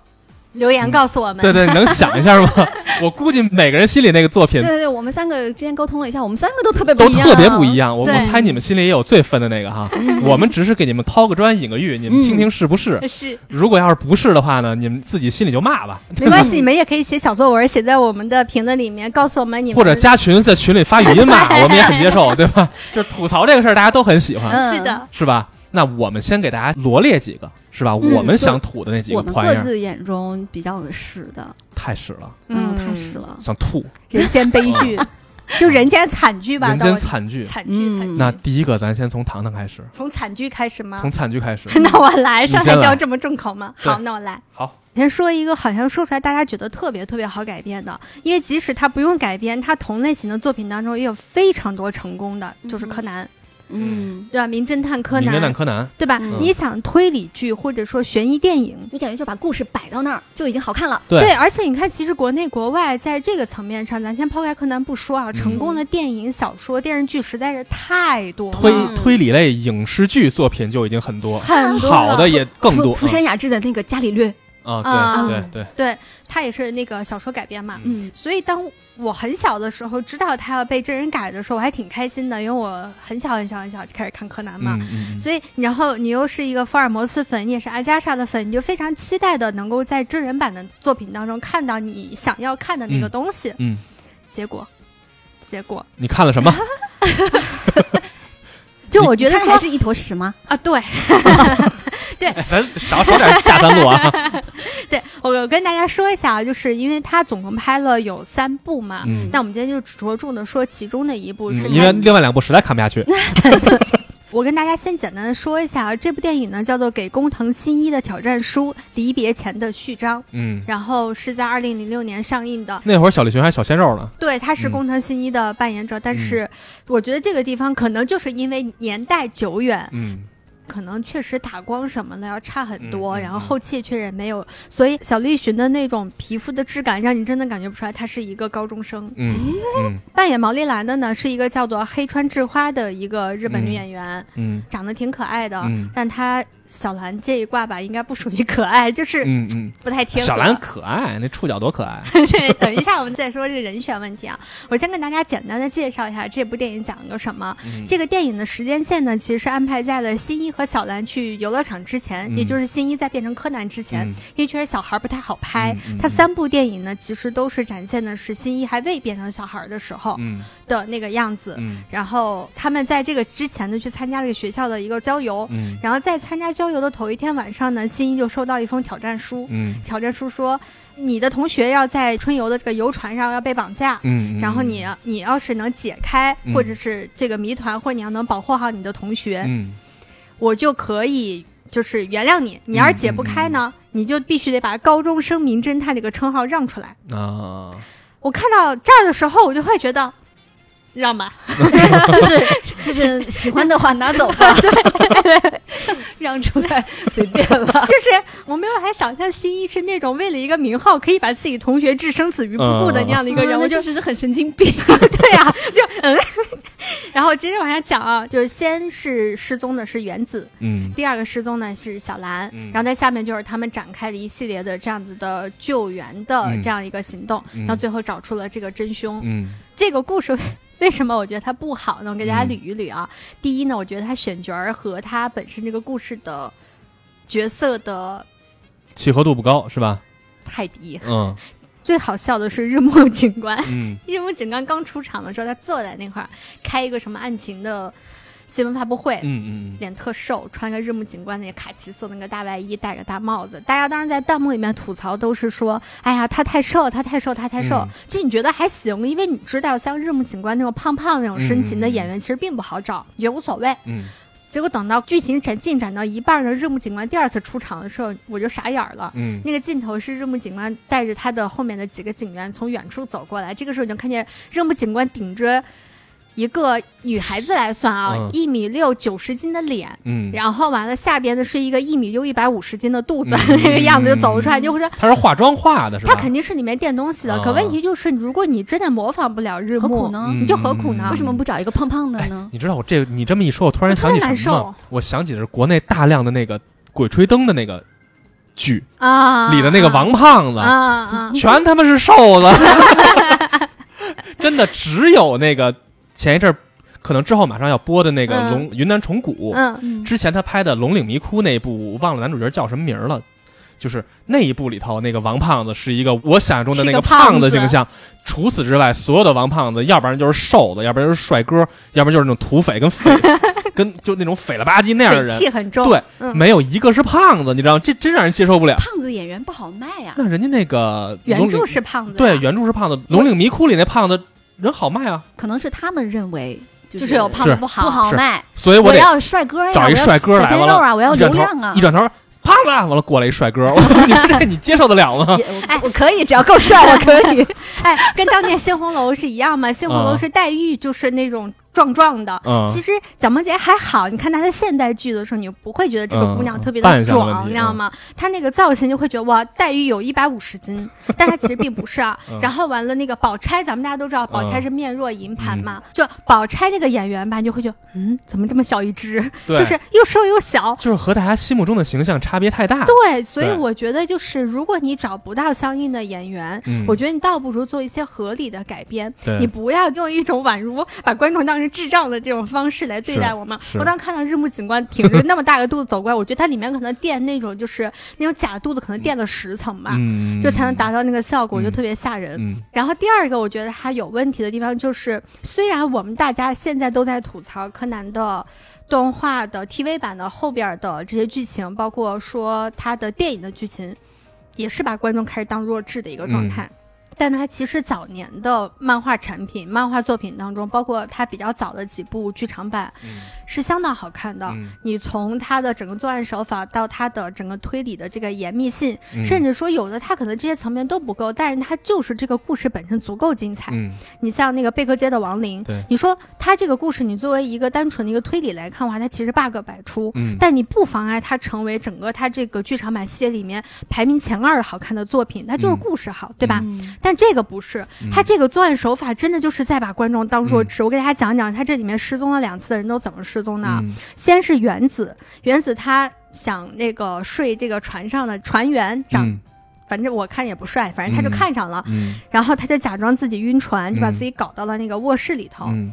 [SPEAKER 1] 留言告诉我们，
[SPEAKER 2] 嗯对对，你能想一下吗？我估计每个人心里那个作品
[SPEAKER 4] 对对对，我们三个之前沟通了一下，我们三个都特别
[SPEAKER 2] 都
[SPEAKER 4] 一样，
[SPEAKER 2] 特别不一。样。我
[SPEAKER 1] 对
[SPEAKER 2] 我猜你们心里也有最愤的那个哈。我们只是给你们抛个砖引个玉，你们听听是不是？
[SPEAKER 1] 是
[SPEAKER 2] 如果要是不是的话呢，你们自己心里就骂吧，
[SPEAKER 1] 没关系，你们也可以写小作文，写在我们的评论里面，告诉我们你们
[SPEAKER 2] 或者加群在群里发语音骂，我们也很接受，对吧？就是吐槽这个事儿，大家都很喜
[SPEAKER 4] 嗯
[SPEAKER 2] 欢，
[SPEAKER 1] 是的，
[SPEAKER 2] 是吧？那我们先给大家罗列几个，是吧？
[SPEAKER 1] 嗯
[SPEAKER 2] 我们想吐的那几
[SPEAKER 4] 我
[SPEAKER 2] 个
[SPEAKER 4] 们
[SPEAKER 2] 花
[SPEAKER 4] 各
[SPEAKER 2] 样，
[SPEAKER 4] 自眼中比较屎的，
[SPEAKER 2] 太屎了，
[SPEAKER 4] 嗯，太屎，了。
[SPEAKER 2] 想吐，
[SPEAKER 1] 人间悲剧， 就人间惨剧吧，
[SPEAKER 2] 人间
[SPEAKER 1] 到
[SPEAKER 2] 惨剧。
[SPEAKER 1] 惨剧，
[SPEAKER 4] 嗯
[SPEAKER 1] 惨剧，
[SPEAKER 2] 那第一个，咱先从糖糖开始，
[SPEAKER 1] 从惨剧开始吗
[SPEAKER 2] 从？惨剧开始。
[SPEAKER 1] 那我来，上海
[SPEAKER 2] 先
[SPEAKER 1] 就
[SPEAKER 2] 来
[SPEAKER 1] 要这么重口吗？
[SPEAKER 2] 对
[SPEAKER 1] 好，那我来。
[SPEAKER 2] 好，
[SPEAKER 1] 先说一个，好像说出来大家觉得特别特别好改编的，因为即使他不用改编，他同类型的作品当中也有非常多成功的，就是柯南。
[SPEAKER 4] 嗯，
[SPEAKER 1] 对吧？名侦探柯
[SPEAKER 2] 嗯名侦探
[SPEAKER 1] 南，
[SPEAKER 2] 柯南，
[SPEAKER 1] 对吧？
[SPEAKER 4] 嗯
[SPEAKER 1] 你想推理剧或者说悬疑电影，
[SPEAKER 3] 你感觉就把故事摆到那儿就已经好看了。
[SPEAKER 2] 对
[SPEAKER 1] 而且你看，其实国内国外在这个层面上，咱先抛开柯南不说
[SPEAKER 2] 嗯
[SPEAKER 1] 啊，成功的电影、小说、电视剧实在是太多了，
[SPEAKER 2] 推
[SPEAKER 4] 嗯
[SPEAKER 2] 推理类影视剧作品就已经很多，
[SPEAKER 1] 很多
[SPEAKER 2] 好的
[SPEAKER 1] 了
[SPEAKER 2] 也更多嗯
[SPEAKER 4] 福福山雅治的那个《伽利略》，
[SPEAKER 2] 啊，
[SPEAKER 1] 嗯
[SPEAKER 3] 啊
[SPEAKER 2] 对对对，
[SPEAKER 1] 对，它也是那个小说改编嘛。
[SPEAKER 4] 嗯
[SPEAKER 1] 所以当我很小的时候知道它要被真人改的时候，我还挺开心的，因为我很小很小很小就开始看柯南嘛。
[SPEAKER 2] 嗯嗯嗯
[SPEAKER 1] 所以，然后你又是一个福尔摩斯粉，你也是阿加莎的粉，你就非常期待的能够在真人版的作品当中看到你想要看的那个
[SPEAKER 2] 嗯
[SPEAKER 1] 东西。
[SPEAKER 2] 嗯，
[SPEAKER 1] 结果，结果
[SPEAKER 2] 你看了什 么？
[SPEAKER 1] 就我觉
[SPEAKER 3] 你
[SPEAKER 1] 得
[SPEAKER 3] 看
[SPEAKER 1] 说
[SPEAKER 3] 还是一坨屎吗？
[SPEAKER 1] 啊，对，
[SPEAKER 2] 哎咱少少点下三 路啊！
[SPEAKER 1] 对我跟大家说一下啊，就是因为它总共拍了有三部嘛，
[SPEAKER 2] 嗯，
[SPEAKER 1] 那我们今天就着重的说其中的一部是
[SPEAKER 2] 嗯
[SPEAKER 1] 它、
[SPEAKER 2] 因为另外两部实在看不下去。
[SPEAKER 1] 我跟大家先简单的说一下啊，这部电影呢叫做《给工藤新一的挑战书：离别前的序章》，
[SPEAKER 2] 嗯，
[SPEAKER 1] 然后是在二零零六年上映的。
[SPEAKER 2] 那会儿小栗旬还小鲜肉呢。
[SPEAKER 1] 对，他是
[SPEAKER 2] 嗯
[SPEAKER 1] 工藤新一的扮演者，但是我觉得这个地方可能就是因为年代久远，
[SPEAKER 2] 嗯，
[SPEAKER 1] 可能确实打光什么的要差很多，
[SPEAKER 2] 嗯嗯
[SPEAKER 1] 然后后期确实也没有，所以小栗旬的那种皮肤的质感，让你真的感觉不出来他是一个高中生。
[SPEAKER 2] 嗯嗯
[SPEAKER 1] 扮演毛利兰的呢，是一个叫做黑川智花的一个日本
[SPEAKER 2] 嗯
[SPEAKER 1] 女演员，
[SPEAKER 2] 嗯
[SPEAKER 1] 长得挺可爱的，
[SPEAKER 2] 嗯
[SPEAKER 1] 但她小兰这一挂吧，应该不属于可爱，就是
[SPEAKER 2] 嗯嗯，
[SPEAKER 1] 不太贴合。
[SPEAKER 2] 小兰可爱，那触角多可爱。
[SPEAKER 1] 对，等一下我们再说这人选问题啊， 我先跟大家简单的介绍一下这部电影讲了个什么。
[SPEAKER 2] 嗯
[SPEAKER 1] 这个电影的时间线呢，其实是安排在了新一和小兰去游乐场之前，
[SPEAKER 2] 嗯
[SPEAKER 1] 也就是新一在变成柯南之前，
[SPEAKER 2] 嗯
[SPEAKER 1] 因为确实小孩不太好拍。
[SPEAKER 2] 嗯嗯
[SPEAKER 1] 他三部电影呢，其实都是展现的是新一还未变成小孩的时候
[SPEAKER 2] 嗯
[SPEAKER 1] 的那个样子。
[SPEAKER 2] 嗯
[SPEAKER 1] 然后他们在这个之前呢，去参加了一个学校的一个郊游。
[SPEAKER 2] 嗯
[SPEAKER 1] 然后在参加郊游的头一天晚上呢，新一就收到一封挑战书，
[SPEAKER 2] 嗯
[SPEAKER 1] 挑战书说你的同学要在春游的这个游船上要被绑架。
[SPEAKER 2] 嗯，
[SPEAKER 1] 然后你你要是能解开，
[SPEAKER 2] 嗯
[SPEAKER 1] 或者是这个谜团，或者你要能保护好你的同学，
[SPEAKER 2] 嗯
[SPEAKER 1] 我就可以就是原谅你。你要是解不开
[SPEAKER 2] 嗯
[SPEAKER 1] 呢，你就必须得把高中生名侦探这个称号让出来。
[SPEAKER 2] 啊，
[SPEAKER 1] 我看到这儿的时候，我就会觉得。让吧，
[SPEAKER 3] 就是 就是喜欢的话拿走吧， 让出来随便了。
[SPEAKER 1] 就是我没有还想象新一是那种为了一个名号可以把自己同学置生死于不顾
[SPEAKER 2] 嗯
[SPEAKER 1] 嗯的那样的一
[SPEAKER 4] 一
[SPEAKER 1] 个人，
[SPEAKER 3] 嗯
[SPEAKER 1] 我就
[SPEAKER 4] 确实是很神经病。
[SPEAKER 1] 对呀、就嗯。然后接着往下讲啊，就是先是失踪的是原子，
[SPEAKER 2] 嗯
[SPEAKER 1] 第二个失踪呢是小兰，
[SPEAKER 2] 嗯
[SPEAKER 1] 然后在下面就是他们展开的一系列的这样子的救援的
[SPEAKER 2] 嗯
[SPEAKER 1] 这样一个行动，
[SPEAKER 2] 嗯
[SPEAKER 1] 然后最后找出了这个真凶。
[SPEAKER 2] 嗯
[SPEAKER 1] 这个故事 为什么我觉得它不好呢？我给大家捋一捋啊。第一呢，我觉得它选角儿和它本身这个故事的角色的
[SPEAKER 2] 契合度不高是吧？
[SPEAKER 1] 太低。
[SPEAKER 2] 嗯
[SPEAKER 1] 最好笑的是日暮警官，
[SPEAKER 2] 嗯
[SPEAKER 1] 日暮警官刚出场的时候，他坐在那块儿开一个什么案情的新闻发布会，
[SPEAKER 2] 嗯嗯
[SPEAKER 1] 脸特瘦，穿个日暮警官那个卡其色那个大外衣，戴个大帽子。大家当时在弹幕里面吐槽都是说：“哎呀，他太瘦，他太瘦，他太瘦
[SPEAKER 2] 嗯。
[SPEAKER 1] 其实你觉得还行，因为你知道像日暮警官那种胖胖那种身形的演员其实并不好找，也无所谓。
[SPEAKER 2] 嗯
[SPEAKER 1] 结果等到剧情展进展到一半的日暮警官第二次出场的时候，我就傻眼儿了。
[SPEAKER 2] 嗯
[SPEAKER 1] 那个镜头是日暮警官带着他的后面的几个警员从远处走过来，这个时候你就看见日暮警官顶着一个女孩子来算啊
[SPEAKER 2] 嗯，
[SPEAKER 1] 一、米六九十斤的脸，
[SPEAKER 2] 嗯，
[SPEAKER 1] 然后完了下边的是一个一米六一百五十斤的肚子，
[SPEAKER 2] 嗯
[SPEAKER 1] 那个样子就走出来，你就会说。
[SPEAKER 2] 他是化妆化的是吧？
[SPEAKER 1] 他肯定是里面垫东西的，
[SPEAKER 2] 啊
[SPEAKER 1] 可问题就是，如果你真的模仿不了日
[SPEAKER 3] 何苦
[SPEAKER 1] 暮，
[SPEAKER 3] 呢？
[SPEAKER 2] 嗯
[SPEAKER 1] 你就何苦呢
[SPEAKER 3] 为什么不找一个胖胖的呢？
[SPEAKER 2] 你知道我这你这么一说，我突然想起
[SPEAKER 1] 我特别
[SPEAKER 2] 什么
[SPEAKER 1] 难
[SPEAKER 2] 吗？我想起的是国内大量的那个《鬼吹灯》的那个剧
[SPEAKER 1] 啊？
[SPEAKER 2] 里的那个王胖子，
[SPEAKER 1] 啊啊，
[SPEAKER 2] 全他妈是瘦 子， 真的只有那个前一阵儿，可能之后马上要播的那个
[SPEAKER 1] 嗯
[SPEAKER 2] 龙、云南虫谷，
[SPEAKER 1] 嗯
[SPEAKER 3] 嗯，
[SPEAKER 2] 之前他拍的《龙岭迷窟》那一部，我忘了男主角叫什么名儿了。就是那一部里头，那个王胖子是一个我想象中的那
[SPEAKER 1] 是个
[SPEAKER 2] 胖
[SPEAKER 1] 胖子
[SPEAKER 2] 形象。除此之外，所有的王胖子，要不然就是瘦子，要不然就是帅哥，要不然就是那种土匪跟匪，跟就那种匪了吧唧那样的
[SPEAKER 1] 水
[SPEAKER 2] 人，
[SPEAKER 1] 气很重，
[SPEAKER 2] 对，
[SPEAKER 1] 嗯
[SPEAKER 2] 没有一个是胖子，你知道吗？这真让人接受不了。
[SPEAKER 3] 胖子演员不好卖呀、
[SPEAKER 2] 那人家那个
[SPEAKER 1] 原
[SPEAKER 2] 龙岭
[SPEAKER 1] 著是胖子，
[SPEAKER 2] 对，原著是胖子，《龙岭迷窟》里那胖子人好卖啊，
[SPEAKER 3] 可能是他们认为就
[SPEAKER 1] 就是有胖子
[SPEAKER 2] 是
[SPEAKER 1] 不
[SPEAKER 3] 不
[SPEAKER 1] 好，
[SPEAKER 3] 好卖，
[SPEAKER 2] 所以
[SPEAKER 3] 我
[SPEAKER 2] 得
[SPEAKER 3] 要帅哥呀，
[SPEAKER 2] 找一
[SPEAKER 3] 我要
[SPEAKER 2] 帅哥来
[SPEAKER 3] 小鲜
[SPEAKER 2] 完
[SPEAKER 3] 肉
[SPEAKER 2] 了
[SPEAKER 3] 啊，我要
[SPEAKER 2] 一
[SPEAKER 3] 流
[SPEAKER 2] 转头
[SPEAKER 3] 量啊
[SPEAKER 2] 一，转头胖子，啊完了过来一帅哥，我说你这你接受得了 吗？
[SPEAKER 3] 也我我可以，只要够帅，我可以。
[SPEAKER 1] 哎，跟当年新红楼是一样嘛？新红楼是黛玉，就是那种壮壮的。
[SPEAKER 2] 嗯，
[SPEAKER 1] 其实蒋雯婕还好，你看她在现代剧的时候，你不会觉得这个姑娘特别
[SPEAKER 2] 嗯扮
[SPEAKER 1] 的
[SPEAKER 2] 相的问
[SPEAKER 1] 壮，
[SPEAKER 2] 题
[SPEAKER 1] 你知道吗？她那个造型就会觉得哇，黛玉有一百五十斤，但她其实并不是啊
[SPEAKER 2] 嗯。
[SPEAKER 1] 然后完了那个宝钗，咱们大家都知道，宝钗
[SPEAKER 2] 嗯
[SPEAKER 1] 是面若银盘嘛，就宝钗那个演员吧，你就会觉得嗯，怎么这么小一只？
[SPEAKER 2] 对
[SPEAKER 1] 就是又瘦又小。
[SPEAKER 2] 就是和大家心目中的形象差别太大。
[SPEAKER 1] 对，所以
[SPEAKER 2] 对
[SPEAKER 1] 我觉得就是，如果你找不到相应的演员，
[SPEAKER 2] 嗯，
[SPEAKER 1] 我觉得你倒不如做一些合理的改编。
[SPEAKER 2] 对
[SPEAKER 1] 你不要用一种宛如把观众当成智障的这种方式来对待我们
[SPEAKER 2] 是。是
[SPEAKER 1] 我当时看到日暮警官挺着那么大个肚子走过来，我觉得它里面可能垫那种就是那种假肚子，可能垫了十层吧，
[SPEAKER 2] 嗯，
[SPEAKER 1] 就才能达到那个效果，
[SPEAKER 2] 嗯
[SPEAKER 1] 就特别吓人。
[SPEAKER 2] 嗯
[SPEAKER 1] 然后第二个，我觉得它有问题的地方就是，虽然我们大家现在都在吐槽柯南的动画的 TV 版的后边的这些剧情，包括说它的电影的剧情，也是把观众开始当弱智的一个状态。但它其实早年的漫画产品、漫画作品当中，包括它比较早的几部剧场版，
[SPEAKER 2] 嗯
[SPEAKER 1] 是相当好看的。
[SPEAKER 2] 嗯
[SPEAKER 1] 你从它的整个作案手法到它的整个推理的这个严密性，
[SPEAKER 2] 嗯
[SPEAKER 1] 甚至说有的它可能这些层面都不够，但是它就是这个故事本身足够精彩。
[SPEAKER 2] 嗯
[SPEAKER 1] 你像那个贝克街的亡灵
[SPEAKER 2] 对，
[SPEAKER 1] 你说它这个故事，你作为一个单纯的一个推理来看的话，它其实 bug 百出。
[SPEAKER 2] 嗯，
[SPEAKER 1] 但你不妨碍它成为整个它这个剧场版系列里面排名前二好看的作品，它就是
[SPEAKER 2] 嗯
[SPEAKER 1] 故事好，对吧？
[SPEAKER 4] 嗯
[SPEAKER 1] 但这个不是，
[SPEAKER 2] 嗯
[SPEAKER 1] 他这个作案手法真的就是在把观众当弱
[SPEAKER 2] 嗯
[SPEAKER 1] 智。我给大家讲讲，他这里面失踪了两次的人都怎么失踪呢？
[SPEAKER 2] 嗯
[SPEAKER 1] 先是原子，原子他想那个睡这个船上的船员，长、
[SPEAKER 2] 嗯
[SPEAKER 1] 反正我看也不帅，反正他就
[SPEAKER 2] 嗯
[SPEAKER 1] 看上了，
[SPEAKER 2] 嗯
[SPEAKER 1] 然后他就假装自己晕船，就把
[SPEAKER 2] 嗯
[SPEAKER 1] 自己搞到了那个卧室里头。
[SPEAKER 2] 嗯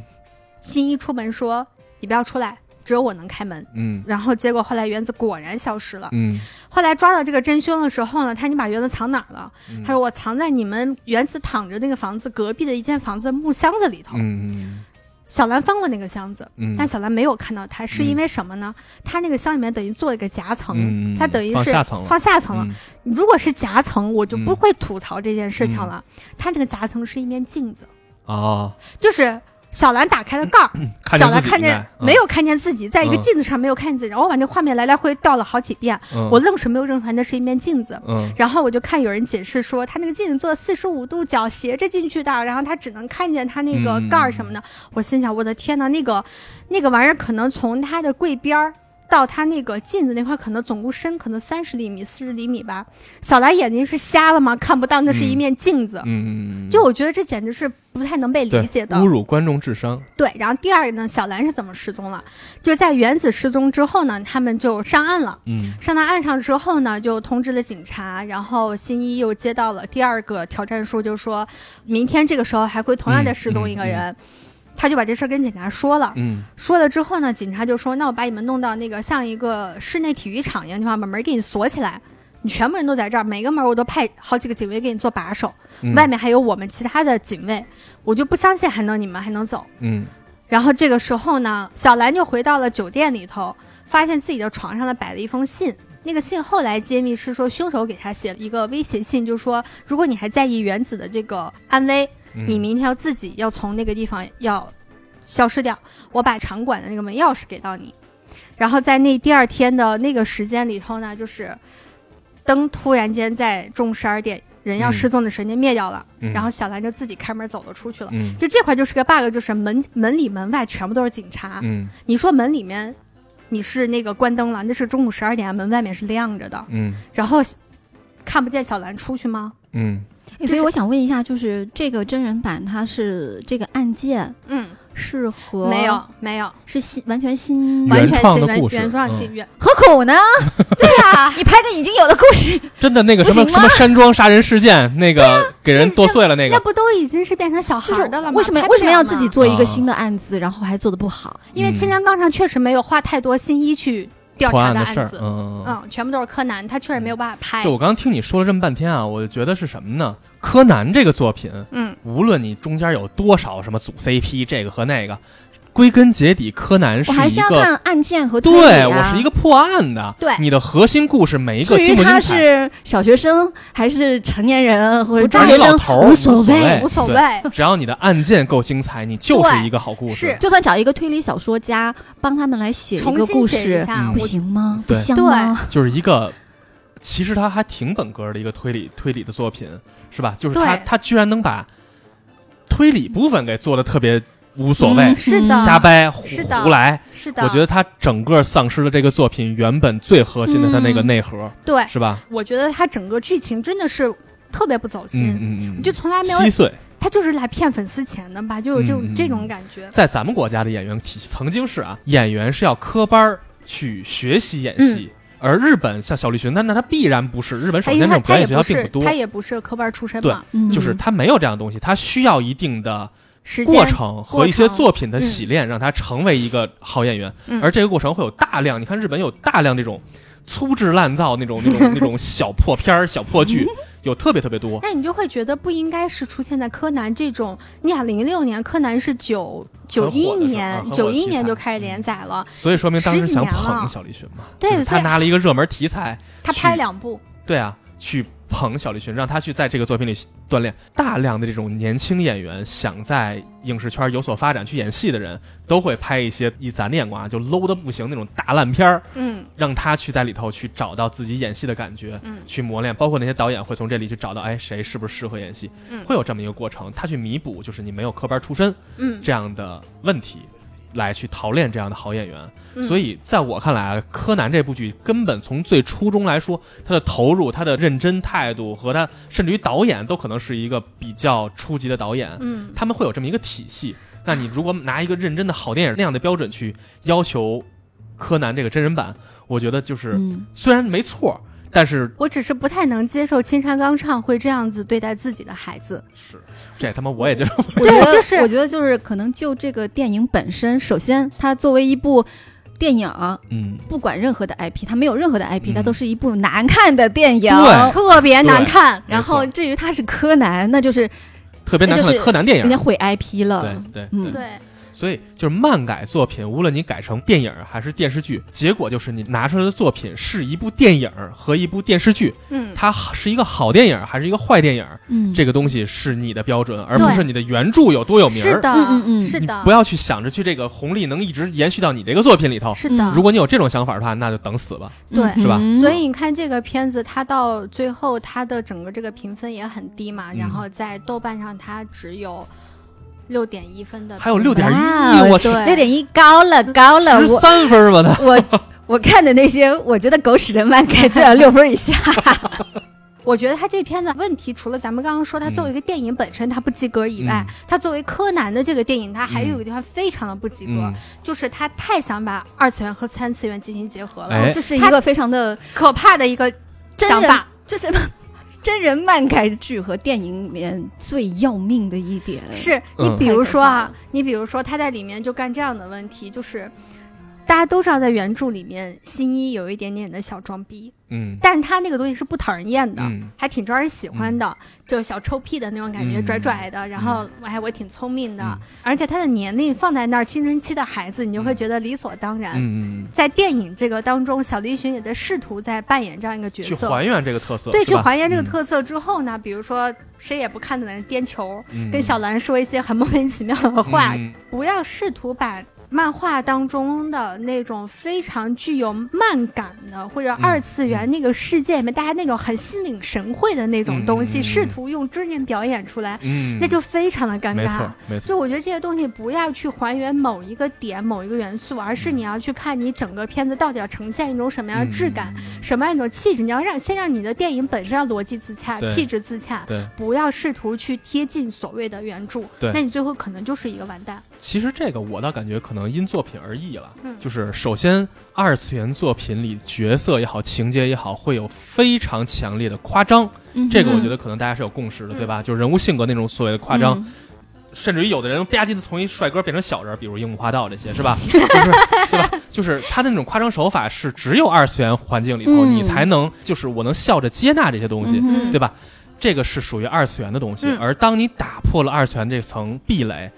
[SPEAKER 1] 新一出门说：“你不要出来，只有我能开门。”
[SPEAKER 2] 嗯
[SPEAKER 1] 然后结果后来原子果然消失了。
[SPEAKER 2] 嗯，
[SPEAKER 1] 后来抓到这个真凶的时候呢，他说你把原子藏哪儿了？
[SPEAKER 2] 嗯
[SPEAKER 1] 他说我藏在你们原子躺着那个房子隔壁的一间房子的木箱子里头。
[SPEAKER 2] 嗯
[SPEAKER 1] 小兰翻过那个箱子，
[SPEAKER 2] 嗯，
[SPEAKER 1] 但小兰没有看到它，是因为什么呢？它那个箱里面等于做了一个夹层，
[SPEAKER 2] 嗯
[SPEAKER 1] 它等于
[SPEAKER 2] 放
[SPEAKER 1] 是
[SPEAKER 2] 下层了
[SPEAKER 1] 放下层了。
[SPEAKER 2] 嗯
[SPEAKER 1] 如果是夹层，我就不
[SPEAKER 2] 嗯
[SPEAKER 1] 会吐槽这件事情了。它那个夹层是一面镜子，
[SPEAKER 2] 哦，
[SPEAKER 1] 就是。小兰打开了盖儿，
[SPEAKER 2] 嗯看
[SPEAKER 1] 小
[SPEAKER 2] 见
[SPEAKER 1] 兰
[SPEAKER 2] 自己嗯
[SPEAKER 1] 看见
[SPEAKER 2] 在
[SPEAKER 1] 没？有看见自己，在一个
[SPEAKER 2] 嗯
[SPEAKER 1] 镜子上没有看见自己，然后我把那画面来来回倒了好几遍，
[SPEAKER 2] 嗯
[SPEAKER 1] 我愣是没有认出来那是一面镜子。
[SPEAKER 2] 嗯
[SPEAKER 1] 然后我就看有人解释说，他那个镜子做四十五度角斜着进去的，然后他只能看见他那个
[SPEAKER 2] 嗯
[SPEAKER 1] 盖儿什么的。我心想，我的天呐，那个那个玩意儿可能从他的柜边儿到他那个镜子那块，可能总共深可能三十厘米、四十厘米吧。小兰眼睛是瞎了吗？看不到，那是一
[SPEAKER 2] 嗯
[SPEAKER 1] 面镜子。
[SPEAKER 2] 嗯嗯，
[SPEAKER 1] 就我觉得这简直是不太能被
[SPEAKER 2] 对
[SPEAKER 1] 理解的，
[SPEAKER 2] 侮辱观众智商，
[SPEAKER 1] 对，然后第二呢，小兰是怎么失踪了？就在原子失踪之后呢，他们就上岸了。
[SPEAKER 2] 嗯
[SPEAKER 1] 上到岸上之后呢，就通知了警察，然后新一又接到了第二个挑战书，就说明天这个时候还会同样再失踪一个人。他就把这事儿跟警察说了，
[SPEAKER 2] 嗯
[SPEAKER 1] 说了之后呢，警察就说：“那我把你们弄到那个像一个室内体育场一样的地方，把门给你锁起来，你全部人都在这儿，每个门我都派好几个警卫给你做把手，
[SPEAKER 2] 嗯，
[SPEAKER 1] 外面还有我们其他的警卫，我就不相信还能你们还能走。”
[SPEAKER 2] 嗯
[SPEAKER 1] 然后这个时候呢，小兰就回到了酒店里头，发现自己的床上呢摆了一封信。那个信后来揭秘是说，凶手给她写了一个威胁信，就说如果你还在意原子的这个安危，
[SPEAKER 2] 嗯
[SPEAKER 1] 你明天要自己要从那个地方要消失掉。我把场馆的那个门钥匙给到你。然后在那第二天的那个时间里头呢，就是灯突然间在中午十二点人要
[SPEAKER 2] 嗯
[SPEAKER 1] 失踪的时间灭掉了，
[SPEAKER 2] 嗯
[SPEAKER 1] 然后小兰就自己开门走了出去了。
[SPEAKER 2] 嗯
[SPEAKER 1] 就这块就是个 bug，就是门门里门外全部都是警察。
[SPEAKER 2] 嗯
[SPEAKER 1] 你说门里面你是那个关灯了，那是中午十二点，门外面是亮着的，
[SPEAKER 2] 嗯
[SPEAKER 1] 然后看不见小兰出去吗？
[SPEAKER 2] 嗯
[SPEAKER 1] 就
[SPEAKER 4] 哎所以
[SPEAKER 1] 是
[SPEAKER 4] 我想问一下，就是这个真人版，它是这个案件
[SPEAKER 1] 嗯，
[SPEAKER 4] 是和
[SPEAKER 1] 没有没有，
[SPEAKER 4] 是新完全新
[SPEAKER 1] 完
[SPEAKER 2] 原
[SPEAKER 1] 全
[SPEAKER 2] 创
[SPEAKER 1] 新
[SPEAKER 2] 的
[SPEAKER 1] 原
[SPEAKER 2] 故事
[SPEAKER 1] 原创
[SPEAKER 2] 嗯
[SPEAKER 1] 新原，
[SPEAKER 4] 何苦 呢？
[SPEAKER 1] 对呀、
[SPEAKER 4] 啊你拍个已经有的故 事，
[SPEAKER 2] 真的那个什么
[SPEAKER 4] 不行啊吗
[SPEAKER 2] 什么山庄杀人事件，那个给人剁碎了那
[SPEAKER 1] 那
[SPEAKER 2] 个，
[SPEAKER 1] 不都已经是变成小孩
[SPEAKER 4] 就是
[SPEAKER 1] 儿的了吗？
[SPEAKER 4] 为什么
[SPEAKER 1] 还
[SPEAKER 4] 为什么
[SPEAKER 1] 这
[SPEAKER 4] 要
[SPEAKER 1] 样吗
[SPEAKER 4] 自己？做一
[SPEAKER 2] 啊
[SPEAKER 4] 个新的案子，然后还做的不好？
[SPEAKER 1] 因为
[SPEAKER 2] 嗯
[SPEAKER 1] 青山刚上确实没有花太多心一去调
[SPEAKER 2] 破
[SPEAKER 1] 查
[SPEAKER 2] 案的
[SPEAKER 1] 案
[SPEAKER 2] 事儿，
[SPEAKER 1] 子，
[SPEAKER 2] 嗯嗯嗯。
[SPEAKER 1] 嗯，全部都是柯南，他确实没有办法
[SPEAKER 4] 哎
[SPEAKER 1] 拍
[SPEAKER 2] 就。我刚听你说了这么半天啊，我就觉得是什么呢？柯南这个作品，
[SPEAKER 1] 嗯，
[SPEAKER 2] 无论你中间有多少什么组 CP，这个和那个，归根结底，柯南
[SPEAKER 4] 我
[SPEAKER 2] 是
[SPEAKER 4] 还
[SPEAKER 2] 一
[SPEAKER 4] 是要
[SPEAKER 2] 个
[SPEAKER 4] 看案件和推理
[SPEAKER 2] 对
[SPEAKER 4] 啊。
[SPEAKER 2] 我是一个破案的，
[SPEAKER 1] 对
[SPEAKER 2] 你的核心故事每一个
[SPEAKER 4] 至于
[SPEAKER 2] 精不
[SPEAKER 4] 他
[SPEAKER 2] 精彩，
[SPEAKER 4] 是小学生还是成年人或者
[SPEAKER 1] 不
[SPEAKER 4] 大
[SPEAKER 1] 至
[SPEAKER 2] 于
[SPEAKER 4] 学生
[SPEAKER 2] 老头儿
[SPEAKER 4] 无
[SPEAKER 2] 无
[SPEAKER 4] 所
[SPEAKER 2] 所谓
[SPEAKER 4] 谓。
[SPEAKER 1] 无所
[SPEAKER 2] 对
[SPEAKER 1] 谓，
[SPEAKER 2] 只要你的案件够精彩，你就是一个好故事
[SPEAKER 1] 是。
[SPEAKER 4] 就算找一个推理小说家帮他们来写一
[SPEAKER 1] 重
[SPEAKER 4] 个
[SPEAKER 1] 新
[SPEAKER 4] 故
[SPEAKER 1] 写一
[SPEAKER 4] 事，
[SPEAKER 1] 下
[SPEAKER 2] 嗯，
[SPEAKER 4] 不
[SPEAKER 1] 我
[SPEAKER 4] 行吗？不
[SPEAKER 2] 对
[SPEAKER 4] 香吗？
[SPEAKER 2] 就是一个，其实他还挺本格的一个推理推理的作品，是吧？就是他
[SPEAKER 1] 对
[SPEAKER 2] 他居然能把推理部分给做的特别无所谓，
[SPEAKER 4] 嗯
[SPEAKER 1] 是的，
[SPEAKER 2] 瞎掰胡
[SPEAKER 1] 是的
[SPEAKER 2] 胡来。
[SPEAKER 1] 是的，
[SPEAKER 2] 我觉得他整个丧失了这个作品原本最核心的他
[SPEAKER 1] 嗯
[SPEAKER 2] 那个内核，
[SPEAKER 1] 对，
[SPEAKER 2] 是吧？
[SPEAKER 1] 我觉得他整个剧情真的是特别不走
[SPEAKER 2] 嗯
[SPEAKER 1] 心，
[SPEAKER 2] 嗯嗯，
[SPEAKER 1] 我就从来没有
[SPEAKER 2] 稀碎，
[SPEAKER 1] 他就是来骗粉丝钱的吧，就有这种、
[SPEAKER 2] 嗯嗯嗯
[SPEAKER 1] 这种感觉。
[SPEAKER 2] 在咱们国家的演员体系，曾经是
[SPEAKER 1] 嗯
[SPEAKER 2] 啊，演员是要科班儿去学习演戏，而日本像小栗旬，那那他必然不是，日本首
[SPEAKER 1] 他嗯哎因
[SPEAKER 2] 先
[SPEAKER 1] 为
[SPEAKER 2] 这
[SPEAKER 1] 他
[SPEAKER 2] 种表
[SPEAKER 1] 他
[SPEAKER 2] 演
[SPEAKER 1] 也
[SPEAKER 2] 学校
[SPEAKER 1] 不
[SPEAKER 2] 并
[SPEAKER 1] 是
[SPEAKER 2] 多，
[SPEAKER 1] 他也不是科班出身
[SPEAKER 2] 对
[SPEAKER 1] 嘛，
[SPEAKER 4] 嗯
[SPEAKER 2] 就是他没有这样的东西，他需要一定的
[SPEAKER 1] 时间
[SPEAKER 2] 过程和一些
[SPEAKER 1] 过程
[SPEAKER 2] 作品的洗练，让他成为一个好演员。
[SPEAKER 1] 嗯
[SPEAKER 2] 而这个过程会有大量，你看日本有大量这种粗制滥造 那种那种那种小破片儿、小破
[SPEAKER 1] 嗯
[SPEAKER 2] 剧，有特别特别多。
[SPEAKER 1] 那你就会觉得不应该是出现在柯南这种。你想，零六年柯南是九九一
[SPEAKER 2] 很火的时候啊
[SPEAKER 1] 年
[SPEAKER 2] 很火的
[SPEAKER 1] 九一
[SPEAKER 2] 题材
[SPEAKER 1] 年就开始连载了，
[SPEAKER 2] 所以说明当时
[SPEAKER 1] 十几
[SPEAKER 2] 想
[SPEAKER 1] 年
[SPEAKER 2] 捧
[SPEAKER 1] 了
[SPEAKER 2] 小栗旬嘛，
[SPEAKER 1] 对
[SPEAKER 2] 就是
[SPEAKER 1] 所
[SPEAKER 2] 他
[SPEAKER 1] 以
[SPEAKER 2] 拿了一个热门题材，
[SPEAKER 1] 他
[SPEAKER 2] 去
[SPEAKER 1] 拍两部，
[SPEAKER 2] 对啊，去捧小栗旬，让他去在这个作品里锻炼。大量的这种年轻演员想在影视圈有所发展去演戏的人，都会拍一些以咱的眼光啊，就 low 的不行那种大烂片儿，
[SPEAKER 1] 嗯
[SPEAKER 2] 让他去在里头去找到自己演戏的感觉，
[SPEAKER 1] 嗯
[SPEAKER 2] 去磨练。包括那些导演会从这里去找到，哎，谁是不是适合演戏，
[SPEAKER 1] 嗯
[SPEAKER 2] 会有这么一个过程。他去弥补就是你没有科班出身
[SPEAKER 1] 嗯，
[SPEAKER 2] 这样的问题。来去淘练这样的好演员，
[SPEAKER 1] 嗯
[SPEAKER 2] 所以在我看来啊，柯南这部剧根本从最初中来说，他的投入、他的认真态度和他甚至于导演都可能是一个比较初级的导演，
[SPEAKER 1] 嗯
[SPEAKER 2] 他们会有这么一个体系。那你如果拿一个认真的好电影那样的标准去要求柯南这个真人版，我觉得就是
[SPEAKER 4] 嗯，
[SPEAKER 2] 虽然没错，但是
[SPEAKER 1] 我只是不太能接受青山刚昌会这样子对待自己的孩子。
[SPEAKER 2] 是这他妈我也接受不
[SPEAKER 4] 我
[SPEAKER 2] 了。
[SPEAKER 4] 觉得
[SPEAKER 1] 就是
[SPEAKER 4] 我觉得就是可能就这个电影本身，首先它作为一部电影儿，
[SPEAKER 2] 嗯，
[SPEAKER 4] 不管任何的 IP，它没有任何的 IP，、
[SPEAKER 2] 嗯
[SPEAKER 4] 它都是一部难看的电影。
[SPEAKER 2] 对
[SPEAKER 1] 特别难看，
[SPEAKER 2] 没
[SPEAKER 4] 然后
[SPEAKER 2] 错
[SPEAKER 4] 至于它是柯南，那就是
[SPEAKER 2] 特别难看
[SPEAKER 4] 就
[SPEAKER 2] 的
[SPEAKER 4] 是
[SPEAKER 2] 柯南电
[SPEAKER 4] 人
[SPEAKER 2] 影
[SPEAKER 4] 家，毁 IP 了。
[SPEAKER 2] 对对，
[SPEAKER 4] 嗯，
[SPEAKER 1] 对，
[SPEAKER 2] 所以就是漫改作品，无论你改成电影还是电视剧，结果就是你拿出来的作品是一部电影和一部电视剧，
[SPEAKER 1] 嗯，
[SPEAKER 2] 它是一个好电影还是一个坏电影，
[SPEAKER 4] 嗯，
[SPEAKER 2] 这个东西是你的标准，而不
[SPEAKER 1] 对
[SPEAKER 2] 是你的原著有多有名
[SPEAKER 1] 是
[SPEAKER 2] 儿。
[SPEAKER 1] 的，
[SPEAKER 4] 嗯嗯嗯
[SPEAKER 1] 是
[SPEAKER 2] 你
[SPEAKER 1] 的
[SPEAKER 2] 不，要去想着去这个红利能一直延续到你这个作品里头。
[SPEAKER 1] 是啊的
[SPEAKER 4] 嗯，
[SPEAKER 2] 如果你有这种想法的话，那就等死 吧。
[SPEAKER 1] 对
[SPEAKER 4] 嗯
[SPEAKER 2] 是吧
[SPEAKER 1] 所以你看这个片子，它到最后它的整个这个评分也很低嘛，
[SPEAKER 2] 嗯
[SPEAKER 1] 然后在豆瓣上它只有六点一分的评分，
[SPEAKER 2] 还有6.1
[SPEAKER 4] 哇
[SPEAKER 2] 我去
[SPEAKER 4] 六
[SPEAKER 1] 对
[SPEAKER 4] 点一高了，高了，
[SPEAKER 2] 十
[SPEAKER 4] 我
[SPEAKER 2] 三 分吧，他
[SPEAKER 4] 我我看的那些，我觉得狗屎的漫改就要六分以 下。
[SPEAKER 1] 我觉得他这片子问题，除了咱们刚刚说他
[SPEAKER 2] 嗯
[SPEAKER 1] 作为一个电影本身它不及格以外，他作为柯南的这个电影，它还有一个地方非常的不及格，
[SPEAKER 2] 嗯，
[SPEAKER 1] 就是他太想把二次元和三次元进行结合了，
[SPEAKER 2] 哎
[SPEAKER 4] 这是一个非常的
[SPEAKER 1] 可怕的一个
[SPEAKER 4] 真
[SPEAKER 1] 想
[SPEAKER 4] 人
[SPEAKER 1] 法。，
[SPEAKER 4] 就是 真人漫改剧和电影里面最要命的一点
[SPEAKER 1] 是
[SPEAKER 2] 嗯
[SPEAKER 1] 你比如说
[SPEAKER 4] 太可怕
[SPEAKER 1] 啊
[SPEAKER 4] 了，
[SPEAKER 1] 你比如说他在里面就干这样的问题，就是大家都知道在原著里面新一有一点点的小装逼，
[SPEAKER 2] 嗯
[SPEAKER 1] 但是他那个东西是不讨人厌的，
[SPEAKER 2] 嗯
[SPEAKER 1] 还挺招人喜欢的，就小臭屁的那种感觉，
[SPEAKER 2] 嗯
[SPEAKER 1] 拽拽的，然后哎我挺聪明的，
[SPEAKER 2] 嗯
[SPEAKER 1] 而且他的年龄放在那儿，青春期的孩子你就会觉得理所当然。
[SPEAKER 2] 嗯嗯，
[SPEAKER 1] 在电影这个当中，小栗旬也在试图在扮演这样一个角
[SPEAKER 2] 去
[SPEAKER 1] 色，
[SPEAKER 2] 还原这个特色，
[SPEAKER 1] 对，
[SPEAKER 2] 是
[SPEAKER 1] 去
[SPEAKER 2] 吧嗯
[SPEAKER 1] 还原这个特色之后呢，比如说谁也不看的人颠球，
[SPEAKER 2] 嗯
[SPEAKER 1] 跟小兰说一些很莫名其妙的话，
[SPEAKER 2] 嗯
[SPEAKER 1] 不要试图把漫画当中的那种非常具有漫感的，或者
[SPEAKER 2] 嗯
[SPEAKER 1] 二次元那个世界里面、大家那种很心领神会的那种东西，
[SPEAKER 2] 嗯嗯嗯
[SPEAKER 1] 试图用真人表演出来，
[SPEAKER 2] 嗯，
[SPEAKER 1] 那就非常的尴
[SPEAKER 2] 没
[SPEAKER 1] 尬
[SPEAKER 2] 错。没错，
[SPEAKER 1] 就我觉得这些东西不要去还原某一个点、某一个元素，而
[SPEAKER 2] 嗯
[SPEAKER 1] 是你要去看你整个片子到底要呈现一种什么样的质感、
[SPEAKER 2] 嗯，
[SPEAKER 1] 什么样一种气质。你要让先让你的电影本身要逻辑自洽、
[SPEAKER 2] 对
[SPEAKER 1] 气质自洽，
[SPEAKER 2] 嗯对。
[SPEAKER 1] 不要试图去贴近所谓的原著，
[SPEAKER 2] 对
[SPEAKER 1] 那你最后可能就是一个完蛋。
[SPEAKER 2] 其实这个我倒感觉可能因作品而异了，
[SPEAKER 1] 嗯
[SPEAKER 2] 就是首先二次元作品里角色也好，情节也好，会有非常强烈的夸张，
[SPEAKER 4] 嗯
[SPEAKER 2] 这个我觉得可能大家是有共识的，
[SPEAKER 1] 嗯
[SPEAKER 2] 对吧？就人物性格那种所谓的夸张，
[SPEAKER 4] 嗯
[SPEAKER 2] 甚至于有的人吧唧的从一帅哥变成小人，比如樱木花道这些，是吧？ 就是对吧？就是他的那种夸张手法是只有二次元环境里头、
[SPEAKER 4] 嗯
[SPEAKER 2] 你才能，就是我能笑着接纳这些东西，
[SPEAKER 4] 嗯
[SPEAKER 2] 对吧？这个是属于二次元的东西，
[SPEAKER 1] 嗯
[SPEAKER 2] 而当你打破了二次元这层壁垒，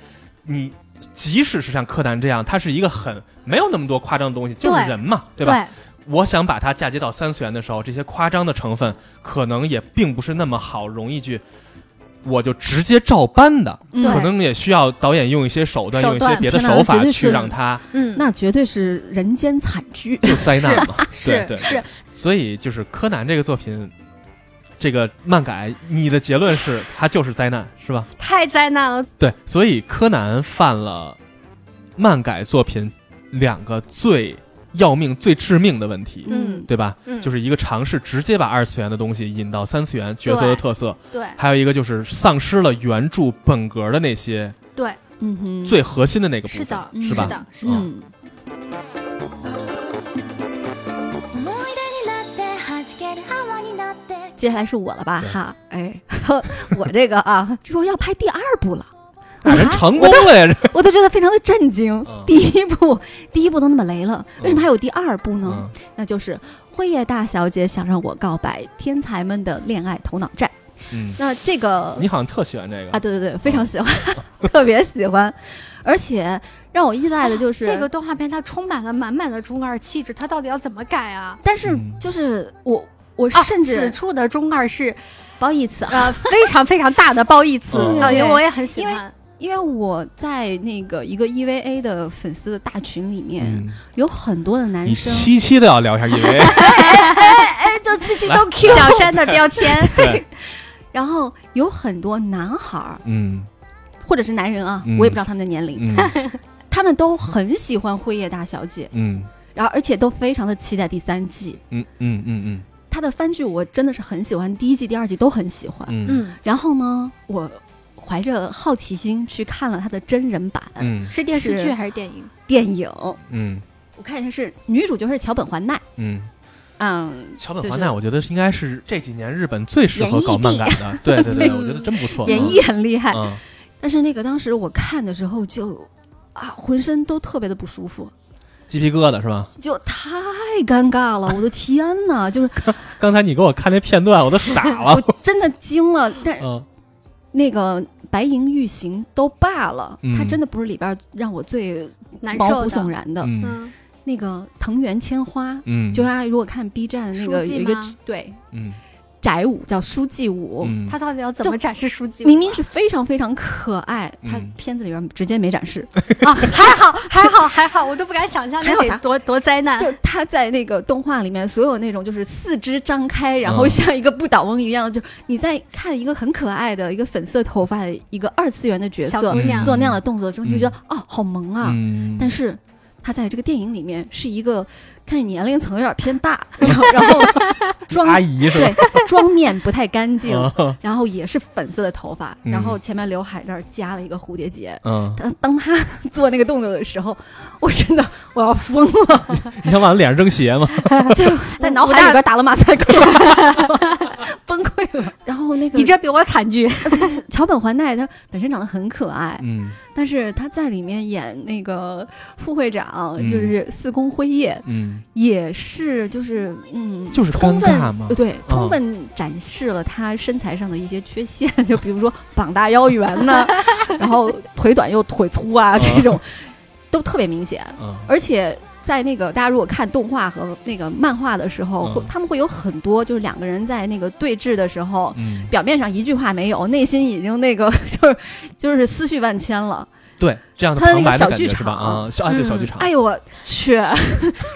[SPEAKER 2] 你即使是像柯南这样，它是一个很没有那么多夸张的东西，就是
[SPEAKER 1] 对
[SPEAKER 2] 人嘛，对吧？我想把它嫁接到三次元的时候，这些夸张的成分可能也并不是那么好，容易去，我就直接照搬的，
[SPEAKER 4] 嗯
[SPEAKER 1] 对
[SPEAKER 2] 可能也需要导演用一些手段，
[SPEAKER 1] 手
[SPEAKER 2] 用一
[SPEAKER 1] 段
[SPEAKER 2] 些别的
[SPEAKER 4] 天哪
[SPEAKER 2] 手法
[SPEAKER 4] 绝对
[SPEAKER 2] 去
[SPEAKER 4] 是
[SPEAKER 2] 让它
[SPEAKER 1] 嗯，
[SPEAKER 4] 那绝对是人间 惨剧。
[SPEAKER 2] 就灾难嘛。对
[SPEAKER 1] 是
[SPEAKER 2] 对
[SPEAKER 1] 是，
[SPEAKER 2] 所以就是柯南这个作品，这个漫改，你的结论是它就是灾难，是吧？
[SPEAKER 1] 太灾难了。
[SPEAKER 2] 对，所以柯南犯了漫改作品两个最要命、最致命的问题，
[SPEAKER 1] 嗯
[SPEAKER 2] 对吧？
[SPEAKER 1] 嗯，
[SPEAKER 2] 就是一个尝试直接把二次元的东西引到三次元角色的特色，
[SPEAKER 1] 对
[SPEAKER 2] 还有一个就是丧失了原著本格的那些
[SPEAKER 1] 对，
[SPEAKER 4] 嗯哼，
[SPEAKER 2] 最核心的那个部分，
[SPEAKER 1] 是的，
[SPEAKER 4] 嗯
[SPEAKER 2] 是吧？
[SPEAKER 1] 的，是的。
[SPEAKER 4] 嗯接下来是我了吧？
[SPEAKER 2] 对
[SPEAKER 4] 哈，哎，我这个啊，据说要拍第二部 了，
[SPEAKER 2] 俩
[SPEAKER 1] 啊
[SPEAKER 2] 人成功了呀！这
[SPEAKER 4] 我都觉得非常的震惊。
[SPEAKER 2] 嗯
[SPEAKER 4] 第一部，第一部都那么雷了，为什么还有第二部呢？
[SPEAKER 2] 嗯
[SPEAKER 4] 那就是辉夜大小姐想让我告白，天才们的恋爱头脑战。
[SPEAKER 2] 嗯，
[SPEAKER 4] 那这个
[SPEAKER 2] 你好像特喜欢这个
[SPEAKER 4] 啊，，对对对，非常喜欢，
[SPEAKER 2] 嗯
[SPEAKER 4] 特别喜欢，而且让我意外的就是、
[SPEAKER 1] 这个，动画片，它充满了满满的中二气质，它到底要怎么改啊？
[SPEAKER 4] 但是
[SPEAKER 2] 嗯
[SPEAKER 4] 就是我我
[SPEAKER 1] 啊
[SPEAKER 4] 甚
[SPEAKER 1] 此
[SPEAKER 4] 至
[SPEAKER 1] 处的中二是
[SPEAKER 4] 褒义词啊，
[SPEAKER 1] 呃非常非常大的褒义词
[SPEAKER 2] 嗯
[SPEAKER 1] 啊，因为
[SPEAKER 4] 对
[SPEAKER 1] 我也很喜欢。
[SPEAKER 4] 因为我在那个一个 EVA 的粉丝的大群里面，
[SPEAKER 2] 嗯，
[SPEAKER 4] 有很多的男
[SPEAKER 2] 你
[SPEAKER 4] 生，
[SPEAKER 2] 七七都要聊一下 EVA，
[SPEAKER 1] 哎，就七七都 Q 小山的标签，
[SPEAKER 2] 对，
[SPEAKER 4] 然后有很多男孩儿
[SPEAKER 2] 嗯
[SPEAKER 4] 或者是男人啊，
[SPEAKER 2] 嗯
[SPEAKER 4] 我也不知道他们的年龄，
[SPEAKER 2] 嗯
[SPEAKER 4] 他们都很喜欢辉夜大小姐，
[SPEAKER 2] 嗯
[SPEAKER 4] 然后而且都非常的期待第三季。
[SPEAKER 2] 嗯嗯嗯
[SPEAKER 4] 他的番剧我真的是很喜欢，第一季、第二季都很喜欢。
[SPEAKER 2] 嗯嗯
[SPEAKER 1] 嗯，
[SPEAKER 4] 然后呢，我怀着好奇心去看了他的真人版
[SPEAKER 2] 嗯
[SPEAKER 1] 是电视剧
[SPEAKER 4] 是
[SPEAKER 1] 还是电影？
[SPEAKER 4] 电影，
[SPEAKER 2] 嗯
[SPEAKER 4] 我看一下是女主角是桥本环奈，
[SPEAKER 2] 嗯。
[SPEAKER 4] 嗯，
[SPEAKER 2] 桥本
[SPEAKER 4] 就
[SPEAKER 2] 环
[SPEAKER 4] 是
[SPEAKER 2] 奈，我觉得是应该是这几年日本最适合搞漫改的。对对对，
[SPEAKER 1] 嗯
[SPEAKER 2] 我觉得真不错。
[SPEAKER 4] 演绎很厉害。
[SPEAKER 2] 嗯，
[SPEAKER 4] 但是那个当时我看的时候就啊，浑身都特别的不舒服，
[SPEAKER 2] 鸡皮疙瘩是吧？
[SPEAKER 4] 就太尴尬了，我的天 呐，就是
[SPEAKER 2] 刚才你给我看那片段，我都傻了。
[SPEAKER 4] 我真的惊了。但是
[SPEAKER 2] 嗯
[SPEAKER 4] 那个白银玉行都罢了，
[SPEAKER 2] 嗯
[SPEAKER 4] 它真的不是里边让我最
[SPEAKER 1] 难
[SPEAKER 4] 毛
[SPEAKER 1] 受
[SPEAKER 4] 骨悚
[SPEAKER 1] 的。
[SPEAKER 4] 然的。
[SPEAKER 2] 嗯
[SPEAKER 1] 嗯，
[SPEAKER 4] 那个藤原千花，
[SPEAKER 2] 嗯，
[SPEAKER 4] 就大家如果看 B 站那个
[SPEAKER 1] 书
[SPEAKER 4] 有
[SPEAKER 1] 记
[SPEAKER 4] 一个
[SPEAKER 1] 吗
[SPEAKER 4] 对
[SPEAKER 2] 嗯
[SPEAKER 4] 宅舞叫书记舞，
[SPEAKER 2] 嗯，
[SPEAKER 1] 他到底要怎
[SPEAKER 4] 就
[SPEAKER 1] 么展示书籍？
[SPEAKER 4] 明明是非常非常可爱，
[SPEAKER 2] 嗯
[SPEAKER 4] 它片子里边直接没展示，
[SPEAKER 1] 啊，还好 还好还好，我都不敢想象
[SPEAKER 4] 还
[SPEAKER 1] 那
[SPEAKER 4] 好
[SPEAKER 1] 得
[SPEAKER 4] 啥
[SPEAKER 1] 多多灾
[SPEAKER 2] 啊
[SPEAKER 1] 难。
[SPEAKER 4] 就他在那个动画里面所有那种就是四肢张开，然后
[SPEAKER 2] 嗯
[SPEAKER 4] 像一个不倒翁一样，就你在看一个很可爱的一个粉色头发的一个二次元的角
[SPEAKER 1] 小
[SPEAKER 4] 色
[SPEAKER 1] 姑娘
[SPEAKER 4] 做那样的动作的时候，你就觉得哦，好萌啊！
[SPEAKER 2] 嗯，
[SPEAKER 4] 但是他在这个电影里面是一个看年龄层有点偏 大，然后然后妆
[SPEAKER 2] 阿姨是 吧？
[SPEAKER 4] 对妆面不太干净，
[SPEAKER 2] 嗯
[SPEAKER 4] 然后也是粉色的头发，
[SPEAKER 2] 嗯
[SPEAKER 4] 然后前面刘海那儿加了一个蝴蝶结。
[SPEAKER 2] 嗯，
[SPEAKER 4] 当当他做那个动作的时候，我真的我要疯了。
[SPEAKER 2] 你想往脸上扔鞋吗？
[SPEAKER 1] 在
[SPEAKER 4] 在脑
[SPEAKER 1] 脑海
[SPEAKER 4] 海
[SPEAKER 1] 里
[SPEAKER 4] 里边打了马赛 克，崩溃了。然后那个
[SPEAKER 1] 你这比我惨剧。
[SPEAKER 4] 桥本环奈，她本身长得很可爱，
[SPEAKER 2] 嗯
[SPEAKER 4] 但是她在里面演那个副会长，
[SPEAKER 2] 嗯
[SPEAKER 4] 就是四宫辉夜，
[SPEAKER 2] 嗯，
[SPEAKER 4] 也是就是嗯，
[SPEAKER 2] 就是尴
[SPEAKER 4] 充
[SPEAKER 2] 尬嗯
[SPEAKER 4] 分
[SPEAKER 2] 嘛。
[SPEAKER 4] 对，充分展示了她身材上的一些缺陷， 就比如说膀大腰圆 呐、然后腿短又腿粗啊，
[SPEAKER 2] 嗯
[SPEAKER 4] 这种都特别明显。
[SPEAKER 2] 嗯
[SPEAKER 4] 而且在那个大家如果看动画和那个漫画的时候，
[SPEAKER 2] 嗯
[SPEAKER 4] 会他们会有很多就是两个人在那个对峙的时候，
[SPEAKER 2] 嗯，
[SPEAKER 4] 表面上一句话没有，内心已经那个 就是就是思绪万千了。
[SPEAKER 2] 对，这样的
[SPEAKER 4] 他的那
[SPEAKER 2] 旁
[SPEAKER 4] 个
[SPEAKER 2] 白
[SPEAKER 4] 小
[SPEAKER 2] 感
[SPEAKER 4] 剧
[SPEAKER 2] 觉是吧？
[SPEAKER 4] 场
[SPEAKER 2] 啊，小哎对小剧场，
[SPEAKER 4] 哎呦我去，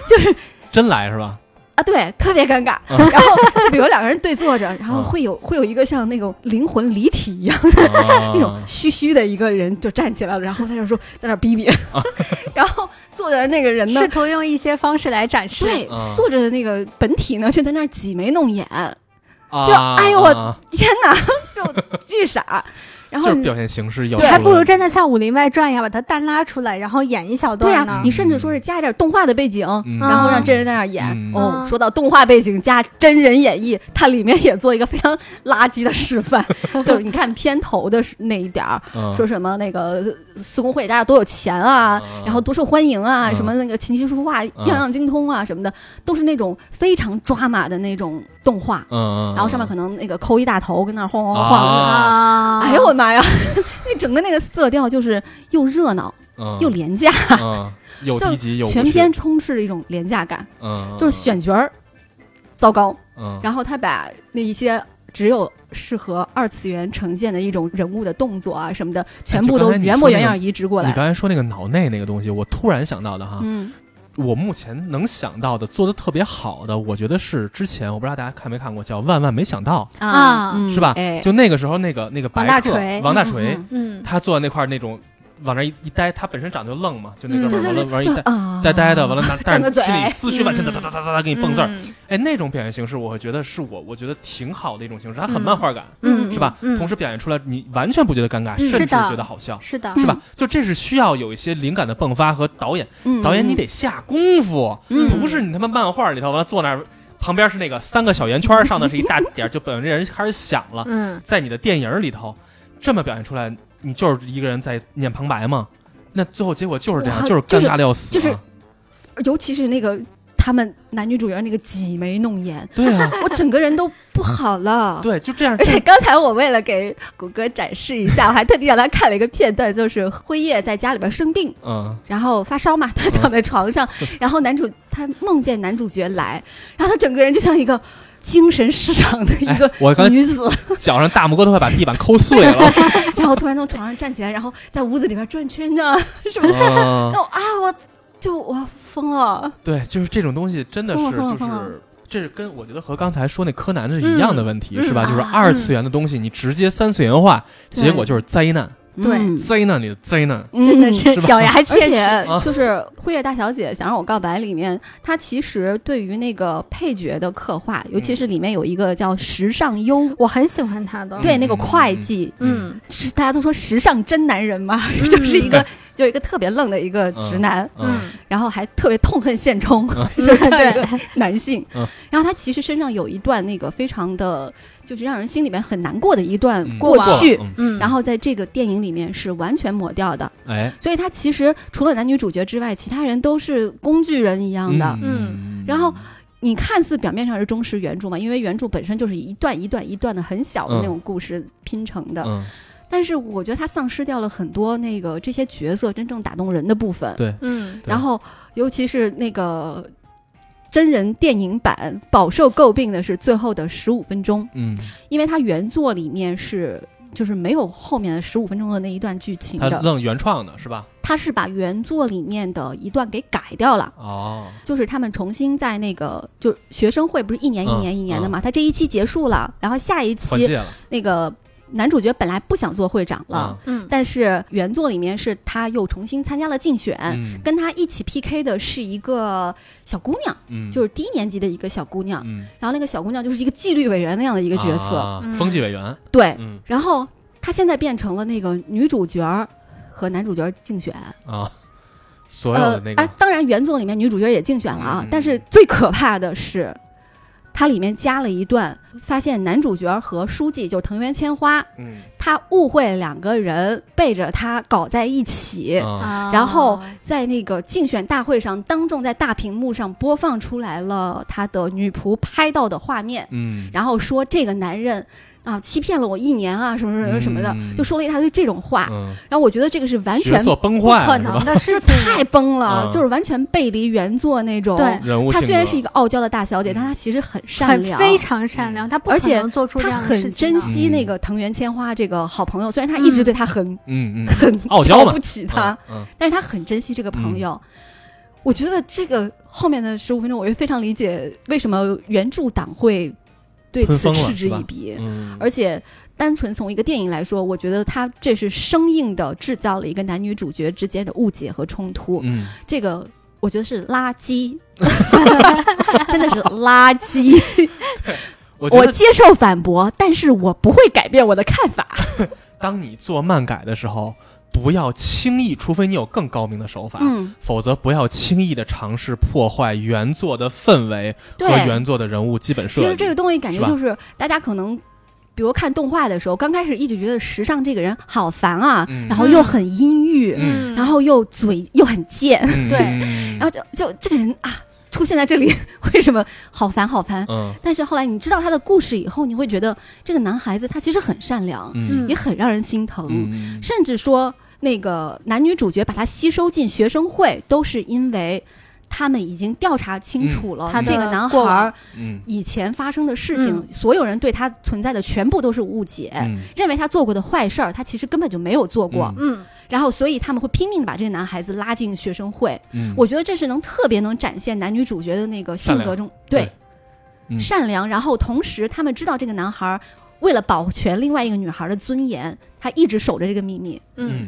[SPEAKER 4] 就是
[SPEAKER 2] 真来是 吧？
[SPEAKER 4] 啊对，特别尴尬。
[SPEAKER 2] 嗯
[SPEAKER 4] 然后比如两个人对坐 着，然后
[SPEAKER 2] 嗯
[SPEAKER 4] 会有会有一个像那种灵魂离体一样。那种
[SPEAKER 2] 啊
[SPEAKER 4] 虚虚的一个人就站起来了，然后在那说，在那逼逼，
[SPEAKER 2] 啊
[SPEAKER 4] 然后坐着的那个人呢
[SPEAKER 1] 试，图用一些方式来展示。
[SPEAKER 4] 对
[SPEAKER 2] 嗯，
[SPEAKER 4] 坐着的那个本体呢，就在那儿挤眉弄眼，
[SPEAKER 2] 啊
[SPEAKER 4] 就哎呦我
[SPEAKER 2] 啊
[SPEAKER 4] 天哪，就巨傻。然后
[SPEAKER 2] 就是
[SPEAKER 4] 你
[SPEAKER 2] 表现形式要嗯
[SPEAKER 1] 还
[SPEAKER 2] 出
[SPEAKER 1] 不如
[SPEAKER 2] 来
[SPEAKER 1] 真的像《武林外传》一样，把它单拉出来，然后演一小
[SPEAKER 4] 对
[SPEAKER 1] 段
[SPEAKER 4] 啊
[SPEAKER 1] 呢，
[SPEAKER 4] 你。甚至说是加一点动画的背景，
[SPEAKER 2] 嗯
[SPEAKER 4] 然后让
[SPEAKER 1] 嗯
[SPEAKER 4] 真人在那儿演。
[SPEAKER 2] 嗯
[SPEAKER 4] 哦
[SPEAKER 1] 嗯，
[SPEAKER 4] 说到动画背景加真人演绎，它里面也做一个非常 垃圾的示范，就是你看片头的那一点儿，
[SPEAKER 2] 嗯
[SPEAKER 4] 说什么那个四工会大家多有钱啊，
[SPEAKER 2] 嗯
[SPEAKER 4] 然后多受欢迎啊，
[SPEAKER 2] 嗯
[SPEAKER 4] 什么那个琴棋书画样样精通啊什么的，都是那种非常抓马的那种动画，
[SPEAKER 2] 嗯，
[SPEAKER 4] 然后上面可
[SPEAKER 2] 能
[SPEAKER 4] 能那个抠一大头跟那儿晃晃晃晃。
[SPEAKER 2] 啊
[SPEAKER 1] 啊！
[SPEAKER 4] 哎呦我的妈呀！ 那整个那个色调就是又热闹又廉价，
[SPEAKER 2] 嗯，有
[SPEAKER 4] 就
[SPEAKER 2] 低级有
[SPEAKER 4] 全
[SPEAKER 2] 嗯无趣
[SPEAKER 4] 篇，充斥着一种廉价感，
[SPEAKER 2] 嗯，
[SPEAKER 4] 就是选角儿糟糕，
[SPEAKER 2] 嗯，
[SPEAKER 4] 然后他把那一些只有适合二次元呈现的一种人物的动作啊什么的，全部
[SPEAKER 2] 哎就刚
[SPEAKER 4] 都
[SPEAKER 2] 才你
[SPEAKER 4] 原
[SPEAKER 2] 说
[SPEAKER 4] 模
[SPEAKER 2] 那
[SPEAKER 4] 原
[SPEAKER 2] 个
[SPEAKER 4] 样移植过
[SPEAKER 2] 你
[SPEAKER 4] 来。
[SPEAKER 2] 刚才说那个脑内那个东西，我突然想到的哈，
[SPEAKER 4] 嗯
[SPEAKER 2] 我目前能想到的做的特别好的，我觉得是之前我不知道大家看没看过，叫《万万没想到
[SPEAKER 1] 啊
[SPEAKER 4] 嗯》，
[SPEAKER 2] 是吧？
[SPEAKER 4] 哎，
[SPEAKER 2] 就那个时候，那个那个白
[SPEAKER 1] 王大
[SPEAKER 2] 客
[SPEAKER 1] 锤
[SPEAKER 2] 王大
[SPEAKER 4] 嗯
[SPEAKER 2] 锤，
[SPEAKER 4] 嗯
[SPEAKER 1] 嗯，
[SPEAKER 2] 他坐在那块儿那种往那儿一一呆，他本身长得就愣嘛，就那哥们
[SPEAKER 1] 对
[SPEAKER 2] 儿
[SPEAKER 1] 对
[SPEAKER 2] 往
[SPEAKER 4] 对
[SPEAKER 2] 那往那
[SPEAKER 4] 就
[SPEAKER 2] 一呆。
[SPEAKER 4] 啊
[SPEAKER 2] 呆呆的，完 了拿，
[SPEAKER 4] 张
[SPEAKER 2] 但
[SPEAKER 4] 个
[SPEAKER 2] 是
[SPEAKER 4] 嘴
[SPEAKER 2] 心里思绪万千，
[SPEAKER 1] 嗯
[SPEAKER 2] 哒哒哒哒哒哒，给你蹦字儿。
[SPEAKER 1] 嗯，
[SPEAKER 2] 哎，那种表现形式，我觉得是我我觉得挺好的一种形式，它很漫画感，
[SPEAKER 1] 嗯
[SPEAKER 2] 是吧？
[SPEAKER 1] 嗯
[SPEAKER 2] 同时表现出来，你完全不觉得尴尬，
[SPEAKER 1] 嗯
[SPEAKER 2] 甚
[SPEAKER 1] 是
[SPEAKER 2] 至
[SPEAKER 1] 的嗯
[SPEAKER 2] 觉得好笑，
[SPEAKER 1] 是的，
[SPEAKER 2] 是吧？就这是需要有一些灵感的迸发和导演，
[SPEAKER 4] 嗯
[SPEAKER 2] 导演你得下功夫，
[SPEAKER 1] 嗯
[SPEAKER 2] 不是你他妈漫画里头完了坐那儿，旁边是那个三个小圆圈儿，上的是一大点儿，就本这人开始想了。
[SPEAKER 1] 嗯，
[SPEAKER 2] 在你的电影里头这么表现出来，你就是一个人在念旁白嘛？那最后结果就是这样，
[SPEAKER 4] 哇
[SPEAKER 2] 就是尴尬的要死、啊
[SPEAKER 4] 就是就是尤其是那个他们男女主角那个挤眉弄眼，
[SPEAKER 2] 对啊，
[SPEAKER 4] 我整个人都不好了。
[SPEAKER 2] 对，就这样。
[SPEAKER 4] 而且刚才我为了给谷歌展示一下，我还特地让他看了一个片段，就是辉夜在家里边生病，
[SPEAKER 2] 嗯，
[SPEAKER 4] 然后发烧嘛，他躺在床上，然后男主他梦见男主角来，然后他整个人就像一个精神失常的一
[SPEAKER 2] 哎
[SPEAKER 4] 个，
[SPEAKER 2] 我刚才
[SPEAKER 4] 女子，
[SPEAKER 2] 脚上大拇哥都快把地板抠碎 了。
[SPEAKER 4] 然后突然从床上站起来，然后在屋子里边转圈呢，是不是？
[SPEAKER 2] 嗯
[SPEAKER 4] 那，我啊，我就我疯了，
[SPEAKER 2] 对，就是这种东西真的是
[SPEAKER 4] 疯了
[SPEAKER 2] 就
[SPEAKER 4] 疯了疯
[SPEAKER 2] 是。这是跟我觉得和刚才说那柯南是一样的问题，
[SPEAKER 1] 嗯
[SPEAKER 2] 是吧？
[SPEAKER 4] 嗯
[SPEAKER 2] 就是
[SPEAKER 4] 啊
[SPEAKER 2] 二次元的东西，你直接三次元化，
[SPEAKER 4] 对
[SPEAKER 2] 结果就是灾难，
[SPEAKER 1] 对
[SPEAKER 4] 嗯
[SPEAKER 2] 灾难里的灾难。
[SPEAKER 1] 真的
[SPEAKER 2] 是
[SPEAKER 1] 是
[SPEAKER 2] 吧
[SPEAKER 1] 咬牙
[SPEAKER 4] 而
[SPEAKER 1] 切齿，
[SPEAKER 4] 且就是《辉夜大小姐想让我告白》里面，她其实对于那个配角的刻画，尤
[SPEAKER 2] 嗯
[SPEAKER 4] 其是里面有一个叫时尚优，
[SPEAKER 1] 我很喜欢他的，
[SPEAKER 4] 对
[SPEAKER 2] 嗯
[SPEAKER 4] 那个会计，
[SPEAKER 2] 嗯
[SPEAKER 1] 嗯
[SPEAKER 4] 是大家都说时尚真男人嘛，
[SPEAKER 1] 嗯
[SPEAKER 4] 就是一个就一个特别愣的一个直男，
[SPEAKER 2] 嗯，
[SPEAKER 4] 然后还特别痛恨现充， 就是这 样一个
[SPEAKER 1] 对，
[SPEAKER 4] 男性
[SPEAKER 2] 嗯。
[SPEAKER 4] 然后他其实身上有一段那个非常的，就是让人心里面很难过的一段
[SPEAKER 2] 嗯
[SPEAKER 4] 过
[SPEAKER 1] 往
[SPEAKER 4] 去，
[SPEAKER 2] 过了 嗯
[SPEAKER 1] 嗯，
[SPEAKER 4] 然后在这个电影里面是完全抹掉的。
[SPEAKER 2] 哎，
[SPEAKER 4] 所以他其实除了男女主角之外，其他人都是工具人一样的。
[SPEAKER 2] 嗯
[SPEAKER 4] 然后你看似表面上是忠实原著嘛，因为原著本身就是一段一段一段的很小的那种故事拼成的，
[SPEAKER 2] 嗯，
[SPEAKER 4] 但是我觉得他丧失掉了很多那个这些角色真正打动人的部分。
[SPEAKER 2] 对，
[SPEAKER 1] 嗯
[SPEAKER 2] 对
[SPEAKER 4] 然后尤其是那个真人电影版饱受诟病的是最后的十五分钟，
[SPEAKER 2] 嗯，
[SPEAKER 4] 因为它原作里面是。就是没有后面的十五分钟的那一段剧情
[SPEAKER 2] 他
[SPEAKER 4] 的，
[SPEAKER 2] 愣原创的是吧？
[SPEAKER 4] 他是把原作里面的一段给改掉了，
[SPEAKER 2] 哦，
[SPEAKER 4] 就是他们重新在那个就学生会不是一年一
[SPEAKER 2] 嗯
[SPEAKER 4] 年一年的嘛，他这一期结束了，然后下一
[SPEAKER 2] 换
[SPEAKER 4] 期
[SPEAKER 2] 届了啊
[SPEAKER 4] 那个男主角本来不想做会长了，，
[SPEAKER 1] 嗯
[SPEAKER 4] 但是原作里面是他又重新参加了竞选，
[SPEAKER 2] 嗯，
[SPEAKER 4] 啊跟他一起 PK 的是一个小姑娘，
[SPEAKER 2] 嗯
[SPEAKER 4] 就是低年级的一个小姑娘，
[SPEAKER 2] 嗯啊
[SPEAKER 4] 然后那个小姑娘就是一个纪律委员那样的一
[SPEAKER 2] 一
[SPEAKER 4] 个角色，
[SPEAKER 1] 嗯
[SPEAKER 2] 风纪委员，
[SPEAKER 4] 对，
[SPEAKER 2] 嗯
[SPEAKER 4] 然后她现在变成了那个女主角儿和男主角竞选。
[SPEAKER 2] 啊，所有的那
[SPEAKER 4] 呃
[SPEAKER 2] 个
[SPEAKER 4] 啊，当然原作里面女主角也竞选了啊，
[SPEAKER 2] 嗯
[SPEAKER 4] 但是最可怕的是，它里面加了一段，发现男主角和书记就是藤原千花，
[SPEAKER 2] 嗯
[SPEAKER 4] 他误会两个人背着他搞在一起。
[SPEAKER 2] 啊
[SPEAKER 4] 然后在那个竞选大会上，当众在大屏幕上播放出来了他的女仆拍到的画面，
[SPEAKER 2] 嗯，
[SPEAKER 4] 然后说这个男人啊欺骗了我一年啊，什么什么什么的，
[SPEAKER 2] 嗯
[SPEAKER 4] 就说了一大堆这种话。
[SPEAKER 2] 嗯
[SPEAKER 4] 然后我觉得这个是啊完
[SPEAKER 2] 角
[SPEAKER 4] 全
[SPEAKER 2] 色崩
[SPEAKER 1] 不
[SPEAKER 2] 坏
[SPEAKER 1] 可
[SPEAKER 2] 了是
[SPEAKER 1] 能
[SPEAKER 2] 吧？
[SPEAKER 1] 的事情，
[SPEAKER 4] 太崩了，
[SPEAKER 2] 嗯
[SPEAKER 4] 就是完全背离原作那种。
[SPEAKER 1] 对
[SPEAKER 2] 人物
[SPEAKER 4] 她虽然是一个
[SPEAKER 2] 个
[SPEAKER 4] 傲娇的大小姐，
[SPEAKER 2] 嗯
[SPEAKER 4] 但她其实很善
[SPEAKER 1] 很
[SPEAKER 4] 良，
[SPEAKER 1] 非常善良，他不
[SPEAKER 4] 而
[SPEAKER 1] 可
[SPEAKER 4] 且
[SPEAKER 1] 能做出这
[SPEAKER 4] 她
[SPEAKER 1] 样的事
[SPEAKER 4] 很
[SPEAKER 1] 情
[SPEAKER 4] 珍
[SPEAKER 1] 的。
[SPEAKER 4] 惜那个藤原千花这个好朋友，虽然她一直对她很、
[SPEAKER 2] 嗯嗯嗯
[SPEAKER 4] 很
[SPEAKER 2] 傲娇
[SPEAKER 4] 瞧
[SPEAKER 2] 嘛
[SPEAKER 4] 不起她，
[SPEAKER 2] 嗯嗯
[SPEAKER 4] 但是她很珍惜这个朋友。我觉得这个后面的十五分钟，我就非常理解为什么原著党会对
[SPEAKER 2] 喷
[SPEAKER 4] 此
[SPEAKER 2] 疯了
[SPEAKER 4] 嗤之
[SPEAKER 2] 是吧
[SPEAKER 4] 以鼻。
[SPEAKER 2] 嗯，
[SPEAKER 4] 而且，单纯从一个电影来说，我觉得它这是生硬的制造了一个男女主角之间的误解和冲突。
[SPEAKER 2] 嗯
[SPEAKER 4] 这个我觉得是垃 圾，真的是垃圾。
[SPEAKER 2] 我觉
[SPEAKER 4] 我
[SPEAKER 2] 得
[SPEAKER 4] 接受反驳，但是我不会改变我的看法。
[SPEAKER 2] 当你做漫改的时候，不要轻易，除非你有更高明的手法。
[SPEAKER 4] 嗯，
[SPEAKER 2] 否则，不要轻易的尝试破坏原作的氛围和
[SPEAKER 4] 对
[SPEAKER 2] 原作的人物基本设
[SPEAKER 4] 其
[SPEAKER 2] 计。
[SPEAKER 4] 实这个东西感
[SPEAKER 2] 是
[SPEAKER 4] 觉
[SPEAKER 2] 吧
[SPEAKER 4] 就是大家可能。比如看动画的时候，刚开始一直觉得时尚这个人好烦啊，
[SPEAKER 2] 嗯
[SPEAKER 4] 然后又很阴郁，
[SPEAKER 2] 嗯
[SPEAKER 4] 然后又嘴又很贱，
[SPEAKER 2] 嗯
[SPEAKER 1] 对
[SPEAKER 2] 嗯
[SPEAKER 4] 然后就就这个人啊出现在这里， 为什么好烦好烦？
[SPEAKER 2] 嗯
[SPEAKER 4] 但是后来你知道他的故事以后，你会觉得这个男孩子他其实很善良，
[SPEAKER 2] 嗯
[SPEAKER 4] 也很让人心疼。
[SPEAKER 2] 嗯
[SPEAKER 4] 甚至说那个男女主角把他吸收进学生会，都是因为他们已经调查清楚了
[SPEAKER 1] 他的
[SPEAKER 4] 这个男孩
[SPEAKER 1] 过
[SPEAKER 4] 儿
[SPEAKER 1] 往
[SPEAKER 2] 嗯
[SPEAKER 4] 以前发生的事情，
[SPEAKER 1] 嗯
[SPEAKER 4] 所有人对他存在的全部都是误解。
[SPEAKER 2] 嗯
[SPEAKER 4] 认为他做过的坏事儿，他其实根本就没有做过，
[SPEAKER 2] 嗯
[SPEAKER 1] 嗯，
[SPEAKER 4] 然后所以他们会拼命地把这个男孩子拉进学生会，
[SPEAKER 2] 嗯，
[SPEAKER 4] 我觉得这是能特别能展现男女主角的那个性格中对
[SPEAKER 2] 对嗯
[SPEAKER 4] 善良，然后同时他们知道这个男孩儿为了保全另外一个女孩的尊严，他一直守着这个秘密。
[SPEAKER 1] 嗯，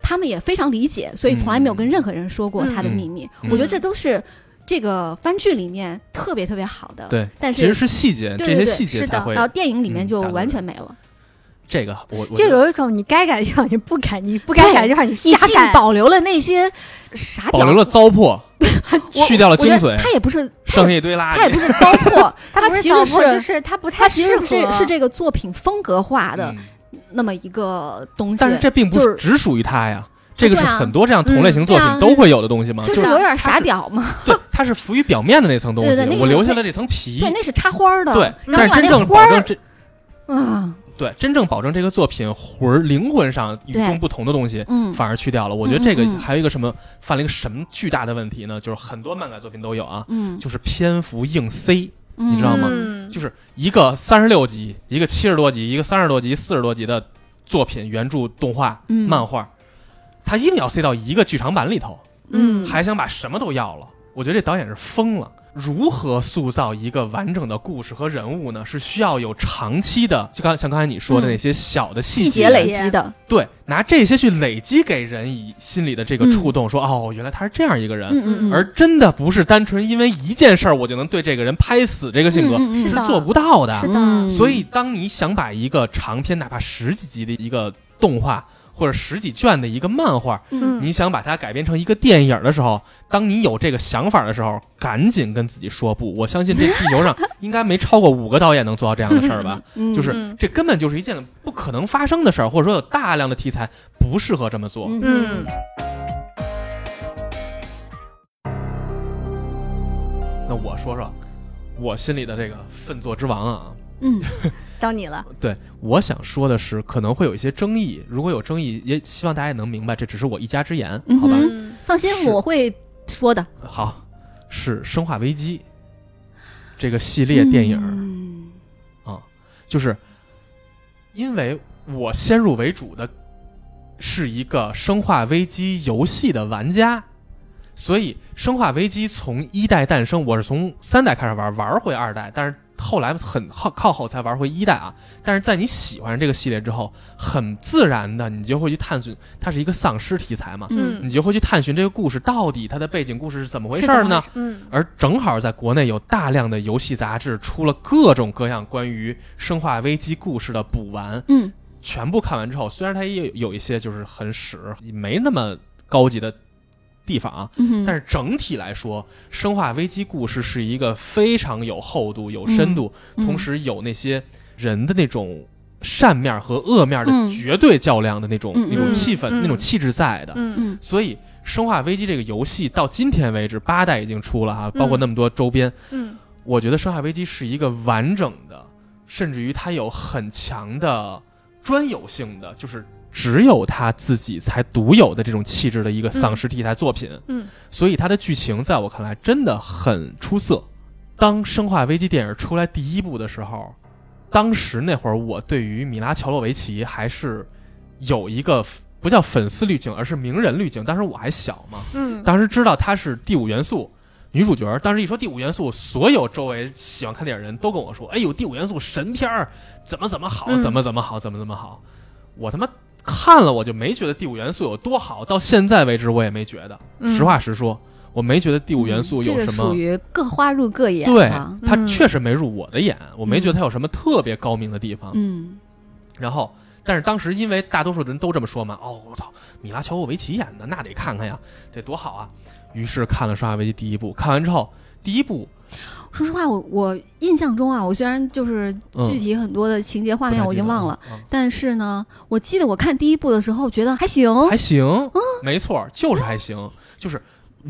[SPEAKER 4] 他们也非常理解，所以从来没有跟任何人说过
[SPEAKER 1] 嗯
[SPEAKER 4] 他的秘密。
[SPEAKER 2] 嗯
[SPEAKER 4] 我觉得这都是这个番剧里面特别特别好的，
[SPEAKER 2] 对，
[SPEAKER 4] 但
[SPEAKER 2] 其实
[SPEAKER 4] 是
[SPEAKER 2] 是细节，
[SPEAKER 4] 对
[SPEAKER 2] 这些
[SPEAKER 4] 对对啊
[SPEAKER 2] 细节
[SPEAKER 1] 是
[SPEAKER 2] 才
[SPEAKER 1] 的
[SPEAKER 2] 会
[SPEAKER 4] 然后电影里面
[SPEAKER 2] 嗯
[SPEAKER 4] 就
[SPEAKER 2] 打动
[SPEAKER 4] 完
[SPEAKER 2] 人
[SPEAKER 4] 全没了，
[SPEAKER 2] 这个我我
[SPEAKER 1] 就
[SPEAKER 2] 觉得
[SPEAKER 1] 有一种你该改就让你不改，你不该改就让你
[SPEAKER 4] 你
[SPEAKER 1] 瞎
[SPEAKER 4] 既
[SPEAKER 1] 改。
[SPEAKER 4] 保留了那些傻屌
[SPEAKER 2] 保留了糟粕，
[SPEAKER 4] 我
[SPEAKER 2] 去掉了
[SPEAKER 4] 我
[SPEAKER 2] 精
[SPEAKER 4] 觉得
[SPEAKER 2] 髓，
[SPEAKER 4] 他也不是，他
[SPEAKER 2] 剩
[SPEAKER 4] 也
[SPEAKER 2] 下一堆垃
[SPEAKER 4] 他也
[SPEAKER 2] 圾。嗯
[SPEAKER 4] 不是 糟粕，他
[SPEAKER 1] 不是
[SPEAKER 4] 其
[SPEAKER 1] 糟
[SPEAKER 4] 实
[SPEAKER 1] 粕，就是它不
[SPEAKER 4] 他
[SPEAKER 1] 太
[SPEAKER 4] 其
[SPEAKER 1] 适
[SPEAKER 4] 实
[SPEAKER 1] 合。
[SPEAKER 4] 是这是这个作品风格化的
[SPEAKER 2] 嗯
[SPEAKER 4] 那么一个东西
[SPEAKER 2] 但。是这并不
[SPEAKER 4] 就是
[SPEAKER 2] 只属于他呀，这个是
[SPEAKER 4] 对啊
[SPEAKER 2] 很多这样同类型
[SPEAKER 4] 嗯
[SPEAKER 2] 作
[SPEAKER 4] 对
[SPEAKER 2] 品
[SPEAKER 4] 啊
[SPEAKER 2] 都会有的东西嘛。
[SPEAKER 4] 就
[SPEAKER 2] 就是
[SPEAKER 4] 有点
[SPEAKER 2] 它
[SPEAKER 4] 傻屌嘛，
[SPEAKER 2] 对，它是浮于表面的那层东西
[SPEAKER 4] 对对那，个
[SPEAKER 2] 我
[SPEAKER 4] 是
[SPEAKER 2] 留下
[SPEAKER 4] 那
[SPEAKER 2] 了这层皮
[SPEAKER 4] 对，。那是插花的，
[SPEAKER 2] 对，
[SPEAKER 4] 然后
[SPEAKER 2] 但
[SPEAKER 4] 你把那
[SPEAKER 2] 是真正
[SPEAKER 4] 花
[SPEAKER 2] 保证
[SPEAKER 4] 儿
[SPEAKER 2] 这
[SPEAKER 4] 啊，
[SPEAKER 2] 对真正保证这个作品魂儿灵魂上与
[SPEAKER 4] 对
[SPEAKER 2] 众不同的东西，
[SPEAKER 4] 嗯，
[SPEAKER 2] 反而去掉了。我觉得这个
[SPEAKER 4] 嗯嗯
[SPEAKER 2] 还有一个什么犯了一个什么巨大的问题呢？就是很多漫改作品都有啊，
[SPEAKER 4] 嗯，
[SPEAKER 2] 就是篇幅硬塞，
[SPEAKER 4] 你
[SPEAKER 2] 知道吗
[SPEAKER 1] 嗯
[SPEAKER 2] 就是一个三十六集，一个七十多集，一个三十多集、四十多集的作品原著动画、
[SPEAKER 4] 嗯
[SPEAKER 2] 漫画，他硬要塞到一个剧场版里头，
[SPEAKER 4] 嗯
[SPEAKER 2] 还想把什么都要了。我觉得这导演是疯了。如何塑造一个完整的故事和人物呢？是需要有长期的，就刚像刚才你说的
[SPEAKER 4] 嗯
[SPEAKER 2] 那些小的
[SPEAKER 4] 细
[SPEAKER 2] 细
[SPEAKER 4] 节累积的，
[SPEAKER 2] 对，拿这些去累积给人以心里的这个触动，说哦，原来他是这样一个人，
[SPEAKER 4] 嗯嗯嗯，
[SPEAKER 2] 而真的不是单纯因为一件事儿我就能对这个人拍死这个性格，
[SPEAKER 4] 嗯嗯嗯
[SPEAKER 2] 是
[SPEAKER 1] 是的
[SPEAKER 2] 做不到的。
[SPEAKER 1] 是的
[SPEAKER 4] 嗯
[SPEAKER 2] 啊所以，当你想把一个长篇，哪怕十几集的一个动画或者十几卷的一个漫画，
[SPEAKER 1] 嗯
[SPEAKER 2] 你想把它改编成一个电影的时候，当你有这个想法的时候，赶紧跟自己说不。我相信这地球上应该没超过五个导演能做到这样的事儿吧？
[SPEAKER 4] 嗯
[SPEAKER 2] 就是
[SPEAKER 1] 嗯
[SPEAKER 2] 这根本就是一件不可能发生的事儿，或者说有大量的题材不适合这么做。
[SPEAKER 1] 嗯，
[SPEAKER 2] 那我说说我心里的这个粪作之王啊，
[SPEAKER 4] 嗯
[SPEAKER 1] 到你了。
[SPEAKER 2] 对，我想说的是，可能会有一些争议，如果有争议，也希望大家也能明白，这只是我一家之言，好吧？
[SPEAKER 4] 嗯
[SPEAKER 1] 嗯，
[SPEAKER 4] 放心，
[SPEAKER 2] 是
[SPEAKER 4] 我会说的。
[SPEAKER 2] 好，是《生化危机》这个系列电影，
[SPEAKER 4] 嗯
[SPEAKER 2] 就是因为我先入为主的是一个《生化危机》游戏的玩家，所以《生化危机》从一代诞生，我是从三代开始玩，玩回二代，但是后来很靠靠后才玩回一代啊。但是在你喜欢这个系列之后，很自然的你就会去探寻，它是一个丧尸题材嘛，
[SPEAKER 4] 嗯
[SPEAKER 2] 你就会去探寻这个故事到底它的背景故事是怎么
[SPEAKER 1] 是
[SPEAKER 2] 回事
[SPEAKER 1] 怎么
[SPEAKER 2] 儿呢？
[SPEAKER 1] 嗯
[SPEAKER 2] 而正好在国内有大量的游戏杂志出了各种各样关于《生化危机》故事的补完，
[SPEAKER 4] 嗯
[SPEAKER 2] 全部看完之后，虽然它也有有一些就是很屎，没那么高级的地方啊，
[SPEAKER 4] 嗯，
[SPEAKER 2] 但是整体来说，《生化危机》故事是一个非常有厚度、有深度，
[SPEAKER 4] 嗯
[SPEAKER 2] 同时有那些人的那种善面和恶面
[SPEAKER 4] 嗯
[SPEAKER 2] 的绝对较量的那种、
[SPEAKER 4] 嗯嗯
[SPEAKER 2] 那种气氛、
[SPEAKER 1] 嗯
[SPEAKER 2] 那种气质在的。
[SPEAKER 1] 嗯
[SPEAKER 4] 嗯
[SPEAKER 2] 所以，《生化危机》这个游戏到今天为止，八代已经出了哈、包括
[SPEAKER 1] 嗯
[SPEAKER 2] 那么多周边，
[SPEAKER 1] 嗯
[SPEAKER 2] 我觉得《生化危机》是一个完整的，甚至于它有很强的专有性的，就是只有它自己才独有的这种气质的一个丧尸题材作品。
[SPEAKER 1] 嗯
[SPEAKER 2] 所以它的剧情在我看来真的很出色。当《生化危机》电影出来第一部的时候，当时那会儿我对于米拉乔洛维奇还是有一个不叫粉丝滤镜，而是名人滤镜。当时我还小嘛，
[SPEAKER 1] 嗯
[SPEAKER 2] 当时知道她是第五元素女主角儿，当时一说第五元素，所有周围喜欢看电影人都跟我说：“哎呦，第五元素神片儿，怎么怎么好，
[SPEAKER 1] 嗯
[SPEAKER 2] 怎么怎么好，怎么怎么好。”我他妈看了我就没觉得第五元素有多好，到现在为止我也没觉得。
[SPEAKER 1] 嗯
[SPEAKER 2] 实话实说，我没觉得第五元素有
[SPEAKER 4] 嗯这个
[SPEAKER 2] 什么
[SPEAKER 4] 属。于啊各花入各眼
[SPEAKER 2] 对
[SPEAKER 4] 了，
[SPEAKER 2] 它
[SPEAKER 1] 嗯
[SPEAKER 2] 确实没入我的眼，我没觉得它有什么特别高明的地方。
[SPEAKER 4] 嗯
[SPEAKER 2] 然后，但是当时因为大多数人都这么说嘛，哦，我操，米拉乔沃维奇演的，那得看看呀，这多好啊！于是看了《生化危机》第一部，看完之后，第一部
[SPEAKER 4] 说实话，我我印象中啊，我虽然就是
[SPEAKER 2] 嗯
[SPEAKER 4] 具体很多的情节画哎面我已经忘了，，
[SPEAKER 2] 不太记得嗯
[SPEAKER 4] 但是呢，我记得我看第一部的时候觉得还行，
[SPEAKER 2] 嗯还行，没错，就是还行，就是。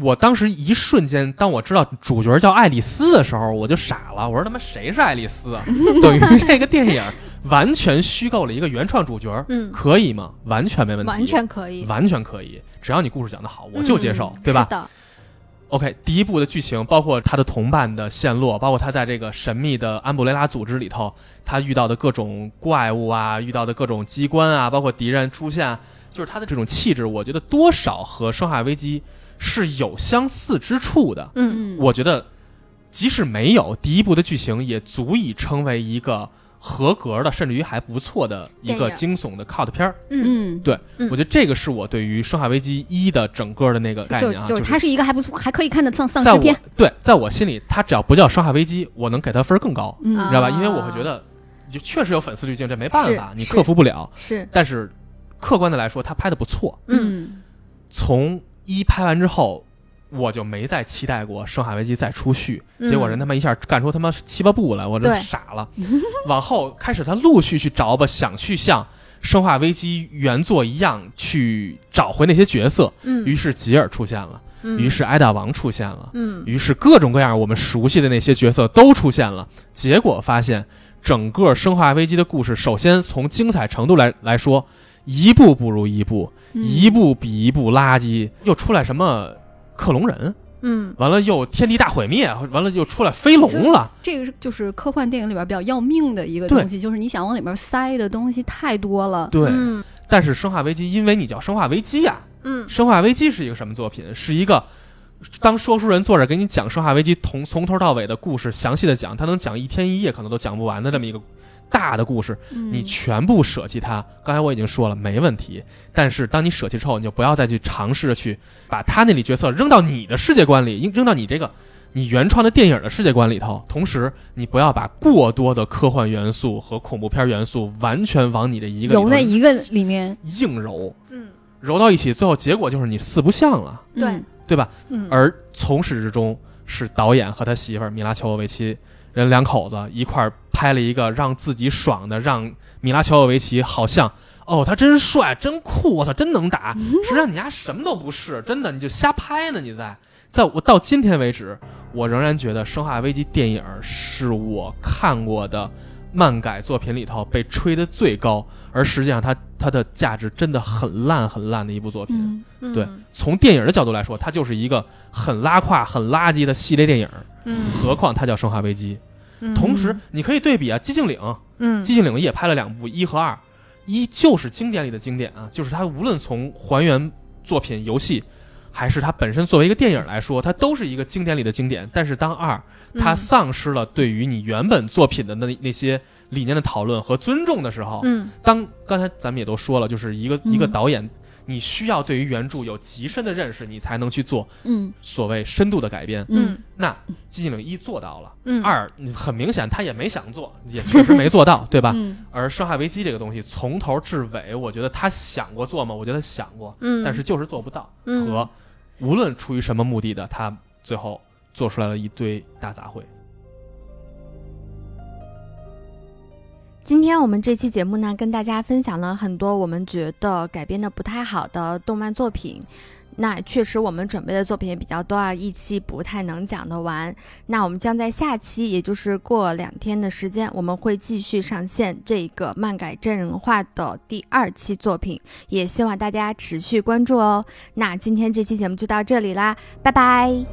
[SPEAKER 2] 我当时一瞬间，当我知道主角叫爱丽丝的时候，我就傻了。我说他妈谁是爱丽丝啊？等于这个电影完全虚构了一个原创主角，
[SPEAKER 1] 嗯，
[SPEAKER 2] 可以吗？完全没问题，
[SPEAKER 1] 完全可以，嗯
[SPEAKER 2] 完全可以，只要你故事讲得好，我就接受，对吧？
[SPEAKER 1] 是的，
[SPEAKER 2] OK，第一部的剧情包括他的同伴的陷落，包括他在这个神秘的安布雷拉组织里头，他遇到的各种怪物啊，遇到的各种机关啊，包括敌人出现，就是他的这种气质，我觉得多少和《生化危机》是有相似之处的。
[SPEAKER 1] 嗯，
[SPEAKER 4] 嗯，
[SPEAKER 2] 我觉得，即使没有第一部的剧情，也足以成为一个合格的，甚至于还不错的一
[SPEAKER 1] 电
[SPEAKER 2] 个
[SPEAKER 1] 影
[SPEAKER 2] 惊悚的 cult 片儿。
[SPEAKER 4] 嗯，
[SPEAKER 1] 嗯
[SPEAKER 2] 我觉得这个是我对于《生化危机一》的整个的那个概
[SPEAKER 4] 就
[SPEAKER 2] 念啊，
[SPEAKER 4] 就是
[SPEAKER 2] 是
[SPEAKER 4] 它是一个还不错，还可以看的丧丧
[SPEAKER 2] 在
[SPEAKER 4] 尸
[SPEAKER 2] 我
[SPEAKER 4] 片，
[SPEAKER 2] 对，在我心里，它只要不叫《生化危机》，我能给它分儿更高，
[SPEAKER 4] 嗯
[SPEAKER 1] 啊
[SPEAKER 2] 你知道吧？因为我会觉得，就确实有粉丝滤镜，这没办法
[SPEAKER 1] 是，
[SPEAKER 2] 你
[SPEAKER 1] 是
[SPEAKER 2] 克服不了。
[SPEAKER 1] 是，
[SPEAKER 2] 但是客观的来说，它拍的不错。
[SPEAKER 1] 嗯，
[SPEAKER 4] 嗯
[SPEAKER 2] 从一拍完之后，我就没再期待过《生化危机》再出续。结果人他妈一下干出他妈七八部来，我真
[SPEAKER 1] 嗯对
[SPEAKER 2] 傻了。往后开始他陆续去找吧，想去像《生化危机》原作一样去找回那些角色。
[SPEAKER 1] 嗯，
[SPEAKER 2] 于是吉尔出现了，
[SPEAKER 1] 嗯
[SPEAKER 2] 于，是埃达王出现了，
[SPEAKER 1] 嗯
[SPEAKER 2] 于是各种各样我们熟悉的那些角色都出现了。结果发现，整个《生化危机》的故事，首先从精彩程度来来说，一步不如一步，
[SPEAKER 4] 嗯
[SPEAKER 2] 一步比一步垃圾。又出来什么克隆人，
[SPEAKER 1] 嗯
[SPEAKER 2] 完了又天地大毁灭，完了又出来飞龙了。
[SPEAKER 4] 这个是就是科幻电影里边比较要命的一个
[SPEAKER 2] 对
[SPEAKER 4] 东西，就是你想往里边塞的东西太多了。
[SPEAKER 2] 对，
[SPEAKER 1] 嗯
[SPEAKER 2] 但是《生化危机》因为你叫《生化危机》呀，
[SPEAKER 1] 嗯
[SPEAKER 2] 《生化危机》是一个什么作品？是一个当说书人坐着给你讲《生化危机》从从头到尾的故事，详细的讲，他能讲一天一夜，可能都讲不完的这么一个大的故事，你
[SPEAKER 4] 嗯
[SPEAKER 2] 全部舍弃它。刚才我已经说了，没问题。但是当你舍弃之后，你就不要再去尝试着去把他那里角色扔到你的世界观里，扔到你这个。你原创的电影的世界观里头，同时你不要把过多的科幻元素和恐怖片元素完全往你的一个里
[SPEAKER 4] 揉
[SPEAKER 2] 头
[SPEAKER 4] 在一个里面，
[SPEAKER 2] 硬揉，
[SPEAKER 1] 嗯
[SPEAKER 2] 揉到一起，最后结果就是你四不像了。
[SPEAKER 1] 对
[SPEAKER 4] 嗯
[SPEAKER 2] 对吧？
[SPEAKER 1] 嗯，
[SPEAKER 2] 而从始至终是导演和他媳妇儿米拉乔沃维奇人两口子一块儿拍了一个让自己爽的，让米拉乔沃维奇好像哦，他真帅，真酷，我操，真能打。实际上你丫什么都不是，真的，你就瞎拍呢。你在，在我到今天为止，我仍然觉得《生化危机》电影是我看过的。漫改作品里头被吹得最高，而实际上它它的价值真的很烂很烂的一部作品。
[SPEAKER 4] 嗯
[SPEAKER 1] 嗯
[SPEAKER 2] 对从电影的角度来说，它就是一个很拉胯、很垃圾的系列电影。
[SPEAKER 1] 嗯，
[SPEAKER 2] 何况它叫《生化危机》，
[SPEAKER 1] 嗯
[SPEAKER 2] 同时你可以对比啊，《寂静岭》
[SPEAKER 1] 嗯
[SPEAKER 2] 《寂静岭》也拍了两部，一和二。一就是经典里的经典啊，就是它无论从还原作品、游戏，还是它本身作为一个电影来说，它都是一个经典里的经典。但是当二，
[SPEAKER 1] 嗯
[SPEAKER 2] 它丧失了对于你原本作品的那那些理念的讨论和尊重的时候，
[SPEAKER 1] 嗯
[SPEAKER 2] 当刚才咱们也都说了，就是一个
[SPEAKER 4] 嗯
[SPEAKER 2] 一个导演，你需要对于原著有极深的认识，你才能去做
[SPEAKER 4] 嗯
[SPEAKER 2] 所谓深度的改编。
[SPEAKER 4] 嗯
[SPEAKER 1] 嗯
[SPEAKER 2] 那《寂静岭一》做到了，
[SPEAKER 1] 嗯
[SPEAKER 2] 二嗯很明显他也没想做，也确实没做到，对吧？
[SPEAKER 4] 嗯
[SPEAKER 2] 而《生化危机》这个东西从头至尾，我觉得他想过做吗？我觉得想过，
[SPEAKER 1] 嗯，
[SPEAKER 2] 但是就是做不到。
[SPEAKER 1] 嗯
[SPEAKER 2] 和无论出于什么目的的，他最后做出来了一堆大杂烩。
[SPEAKER 1] 今天我们这期节目呢，跟大家分享了很多我们觉得改编的不太好的动漫作品。那确实，我们准备的作品也比较多啊，一期不太能讲得完。那我们将在下期，也就是过两天的时间，我们会继续上线这个漫改真人化的第二期作品，也希望大家持续关注哦。那今天这期节目就到这里啦，拜拜。